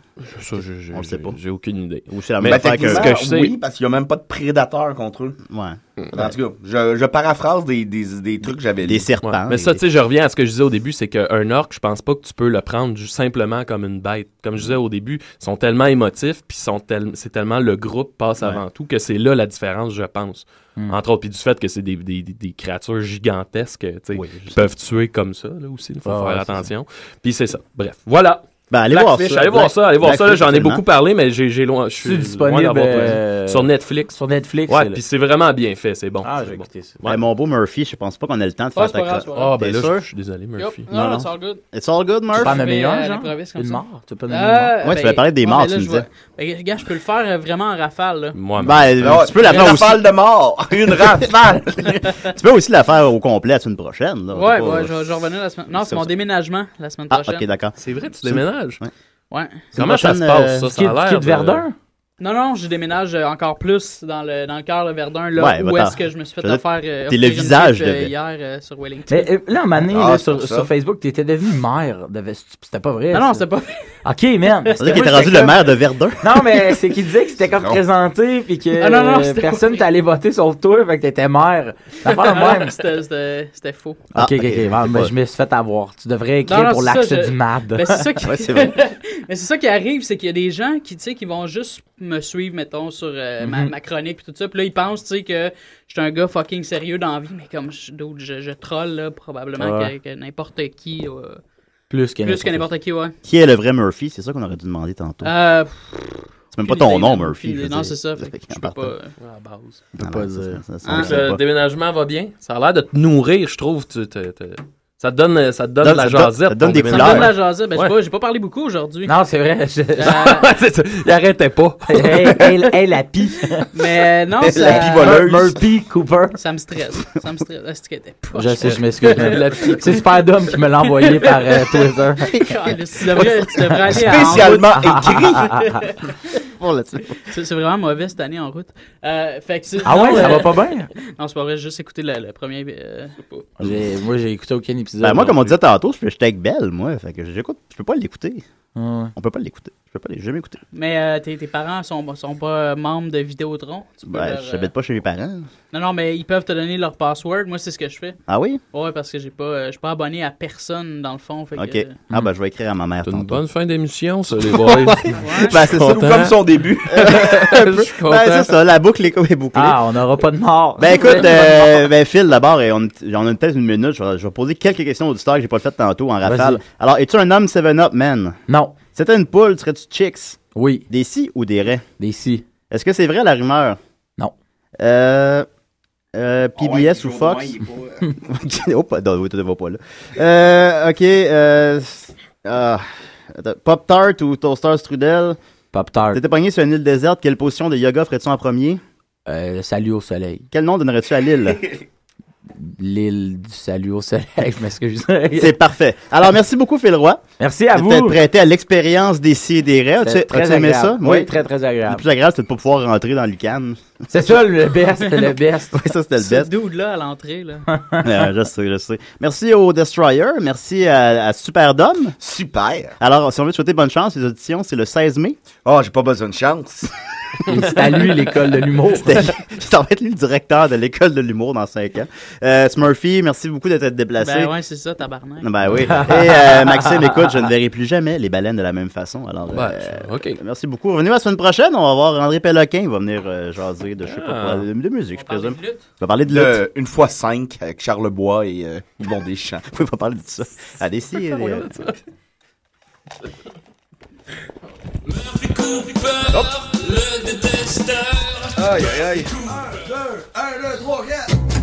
H: Ça, je, je-
F: on le sait pas.
H: J'ai aucune idée.
F: Ou c'est la
G: Mais
F: même affaire Ah, que...
G: techniquement,
H: que je sais-
G: Oui, parce qu'il n'y a même pas de prédateurs contre eux.
F: Ouais.
G: En tout cas, je, je paraphrase des, des, des trucs que j'avais lus.
H: Ouais. Mais ça, tu sais, je reviens à ce que je disais au début, c'est qu'un orc, je pense pas que tu peux le prendre juste simplement comme une bête. Comme je disais au début, ils sont tellement émotifs, puis sont tel- c'est tellement le groupe passe avant tout que c'est là la différence, je pense.
P: Mm.
H: Entre autres, puis du fait que c'est des, des- des- des créatures gigantesques, tu sais, qui peuvent tuer comme ça, là aussi, il faut
P: Ah,
H: faire
P: ouais,
H: attention. Puis c'est ça. Bref, voilà.
F: Ben, allez voir
H: Blackfish,
F: ça.
H: Allez voir
F: Black-
H: ça, allez voir ça. là,
F: Blackfish,
H: J'en ai
F: absolument.
H: beaucoup parlé, mais j'ai j'ai loin. Je suis
F: C'est disponible,
H: loin d'avoir tout dit.
F: euh,
H: sur Netflix.
P: Sur Netflix.
H: Ouais,
F: c'est-
H: puis c'est vraiment bien fait, c'est bon.
P: Ah,
H: c'est
P: j'ai
H: bon.
P: écouté ça.
F: Ouais, Ben, mon beau Murphy, je pense pas qu'on a le temps de
B: Ah,
F: faire
B: c'est
F: ta
B: pas grave,
F: cra-
B: c'est pas grave.
H: Ah, ben
F: T'es
H: là,
F: sûr?
H: je suis désolé,
B: Yup.
H: Murphy.
B: Non, non, it's all good.
F: It's all good, Murphy.
B: Tu parles
P: de meilleur, genre?
B: comme
P: Une
B: ça.
P: mort, tu peux pas
B: Euh,
P: donner une mort.
F: Ouais, tu vas parler des
B: ouais,
F: morts,
B: mais
F: tu
B: là,
F: me
B: je vois-
F: disais.
B: Ben, regarde, je peux le faire euh, vraiment en rafale, là.
H: Moi,
F: Ben, tu peux la
G: une
F: faire aussi.
G: rafale de mort! Une rafale!
F: tu peux aussi la faire au complet la semaine prochaine. Là.
B: Ouais,
F: On peut pas-
B: ouais, je, je revenais la semaine. Non, c'est
F: C'est
B: mon
F: ça.
B: déménagement la semaine
F: Ah,
B: prochaine.
F: ok, d'accord.
H: C'est vrai, tu
F: C'est-
H: déménages.
F: Ouais.
B: Ouais.
H: Comment ça se
F: prochaine,
H: passe, ça?
F: euh,
H: Ça a l'air. de-
B: Non, non, je déménage euh, encore plus dans le, dans le cœur de Verdun, là
F: Ouais,
B: où
F: va-t'en.
B: est-ce que je me suis fait
F: Je veux dire,
B: offrir. euh,
F: t'es le
B: offrir une
F: visage
B: trip, euh,
F: de-
B: hier euh, sur Wellington.
P: Mais euh, là, en année,
F: Ah,
P: là,
F: c'est
P: sur,
F: pour ça.
P: sur Facebook, t'étais devenu maire. de- C'était pas vrai.
B: non, non,
P: ça.
B: c'est pas.
P: Ok, man.
F: On dirait
P: Parce que
F: qu'il était
P: moi,
F: rendu
P: j'étais
F: le
P: comme-
F: maire de Verdun.
P: Non, mais c'est qu'il disait que c'était comme
F: Non.
P: présenté, puis que
B: Ah, non, non,
P: euh,
B: c'était
P: personne t'allait voter sauf toi, fait que t'étais maire. T'as pas le
B: Ah,
P: même.
B: C'était c'était- c'était faux.
P: Ok, ok, ok.
F: ok,
P: Ah,
F: c'est
P: mais
F: pas-
P: je me suis fait avoir. Tu devrais écrire
B: Non, non,
P: pour
B: c'est ça,
P: l'axe
B: je-
P: du MAD.
B: Ben, c'est ça qui...
F: Ouais, c'est vrai.
B: Mais c'est ça qui arrive, c'est qu'il y a des gens qui, tu sais, qui vont juste me suivre, mettons, sur euh, ma,
P: Mhm.
B: ma chronique puis tout ça. Puis là, ils pensent, tu sais, que je suis un gars fucking sérieux dans la vie. Mais comme je, d'autres, je, je troll, là, probablement
P: Ouais.
B: que, que n'importe qui... euh,
P: Plus que
B: plus que n'importe qui, ouais.
F: Qui est le vrai Murphy? C'est ça qu'on aurait dû demander tantôt.
B: Euh,
F: c'est même pas ton
B: aucune
F: nom,
B: idée,
F: Murphy.
B: aucune
F: je
B: idée.
F: veux
B: Non,
F: dire.
B: c'est ça. Fait que je peux
F: partant.
B: pas...
H: Ah, À la base.
F: Non,
P: pas
F: non,
P: dire.
F: Ah, ça, ça, ça,
B: Hein?
F: on sait
H: Ce
F: pas.
H: déménagement va bien. Ça a l'air de te nourrir, je trouve. Tu, te- te- ça te donne, ça te donne
F: Donne-
H: de la
F: ça donne-
H: jasette.
F: ça donne
H: ton
F: des
B: Ça me
H: déménagement.
B: donne la jasette. Ben, j'ai
H: Ouais.
B: pas- j'ai pas parlé beaucoup aujourd'hui.
P: Non, c'est vrai. je-
B: Euh,
H: C'est ça, Il arrêtait pas.
P: hey, hey, hey, la pie.
B: mais euh, non,
P: la
B: ça...
P: pie voleuse. Murphy Cooper.
B: Ça me stresse. Ça me stresse. Ah, c'est qu'elle était poche.
P: Je sais, je m'excuse. mais
H: La pie.
P: C'est Superdome qui me l'a envoyé par euh, Twitter. Ah,
B: Caliste, tu devrais, tu devrais aller à- en
G: Spécialement
B: route.
G: écrit! Pour là-dessus.
B: C'est c'est vraiment mauvais cette année en route. Euh, fait que c'est-
P: Ah ouais,
B: non,
P: ça
B: euh,
P: va pas bien?
B: Non, c'est pas vrai, j'ai juste écouté le, le premier. euh,
P: J'ai- Moi, j'ai écouté aucun épisode.
F: Ben, moi, comme on
P: dit.
F: disait tantôt, je suis avec Belle, moi. Fait que j'écoute. Je peux pas l'écouter.
P: Ouais.
F: On peut pas l'écouter. Je peux pas les- jamais écouter.
B: Mais euh, tes, tes parents sont, sont pas euh, membres de Vidéotron. Tu peux
F: Ben,
B: leur,
F: je
B: euh,
F: n'habite pas chez mes parents.
B: Non, non, mais ils peuvent te donner leur password. Moi, c'est ce que je fais.
F: Ah oui?
B: Ouais, parce que j'ai pas, euh, je suis pas abonné à personne dans le fond. Fait que, euh,
F: Ok. Ah, ben, je vais écrire à ma mère
H: C'est Hmm. une
F: tantôt.
H: bonne fin d'émission, ça, les boys.
F: Ben, c'est ça.
H: Content.
G: Comme son début.
H: Je suis content.
F: Ben, c'est ça. La boucle est est bouclée.
P: Ah, on n'aura pas de mort.
F: Ben écoute, euh, ben Phil, d'abord, et on, on a peut-être une minute. Je vais, je vais poser quelques questions auditeurs que j'ai pas le fait tantôt en rafale. Alors, es-tu un homme 7-up, man?
P: Non.
F: C'était une poule, serais-tu chicks?
P: Oui,
F: Des si ou des raies?
P: des si.
F: Est-ce que c'est vrai la rumeur?
P: Non.
F: Euh. euh, PBS
K: Ah Ouais,
F: ou
K: toujours
F: Fox?
K: de moins, il est pas, euh,
F: Ok, oh, pas- non, tu ne vas pas là. Euh, ok, euh. s- ah, attends, Pop Tart ou Toaster Strudel?
P: Pop Tart.
F: T'étais pogné sur une île déserte, quelle position de yoga ferais-tu en premier?
P: Euh, salut au soleil.
F: Quel nom donnerais-tu à l'île?
P: L'île du salut au soleil, je m'excuse.
F: C'est parfait. Alors, merci beaucoup, Phil Roy.
P: Merci à
F: de
P: vous.
F: t'être prêté à l'expérience des si et des rêves.
P: C'était
F: As-tu as-tu aimé
P: agréable.
F: ça?
P: Oui, très, très
F: Le
P: agréable.
F: plus agréable, c'est de ne pas pouvoir rentrer dans l'UCAM.
P: C'est ça le best, le best.
F: ça, c'était le
B: Ce
F: best.
B: dude-là à l'entrée, là.
F: Euh, je sais, je sais. Merci au Destroyer. Merci à, à Superdome.
G: Super!
F: Alors, si on veut te souhaiter bonne chance, les auditions, c'est le 16 mai.
G: Oh, j'ai pas besoin de chance.
I: Et c'est à lui, l'école de l'humour.
F: C'était- C'est en fait lui le directeur de l'école de l'humour dans 5 ans. Euh, Smurfy, merci beaucoup de t'être déplacé.
B: Ben ouais, c'est ça, tabarnak.
F: Ben oui. Et euh, Maxime, écoute, je ne verrai plus jamais les baleines de la même façon. Alors,
G: Ben,
F: euh, merci beaucoup. Revenez la semaine prochaine. On va voir André Péloquin. Il va venir euh, jaser de, je sais pas
G: Ah.
F: quoi, de, de musique, je présume. On va parler de lutte.
G: Le- une fois cinq euh, avec Charlebois et euh, Yvon Deschamps.
F: Oui, on va parler de ça. Allez, si. euh,
J: Hop. Le détesteur.
G: Aïe, aïe, aïe.
J: 1, 2, 1, 2, 3, 4.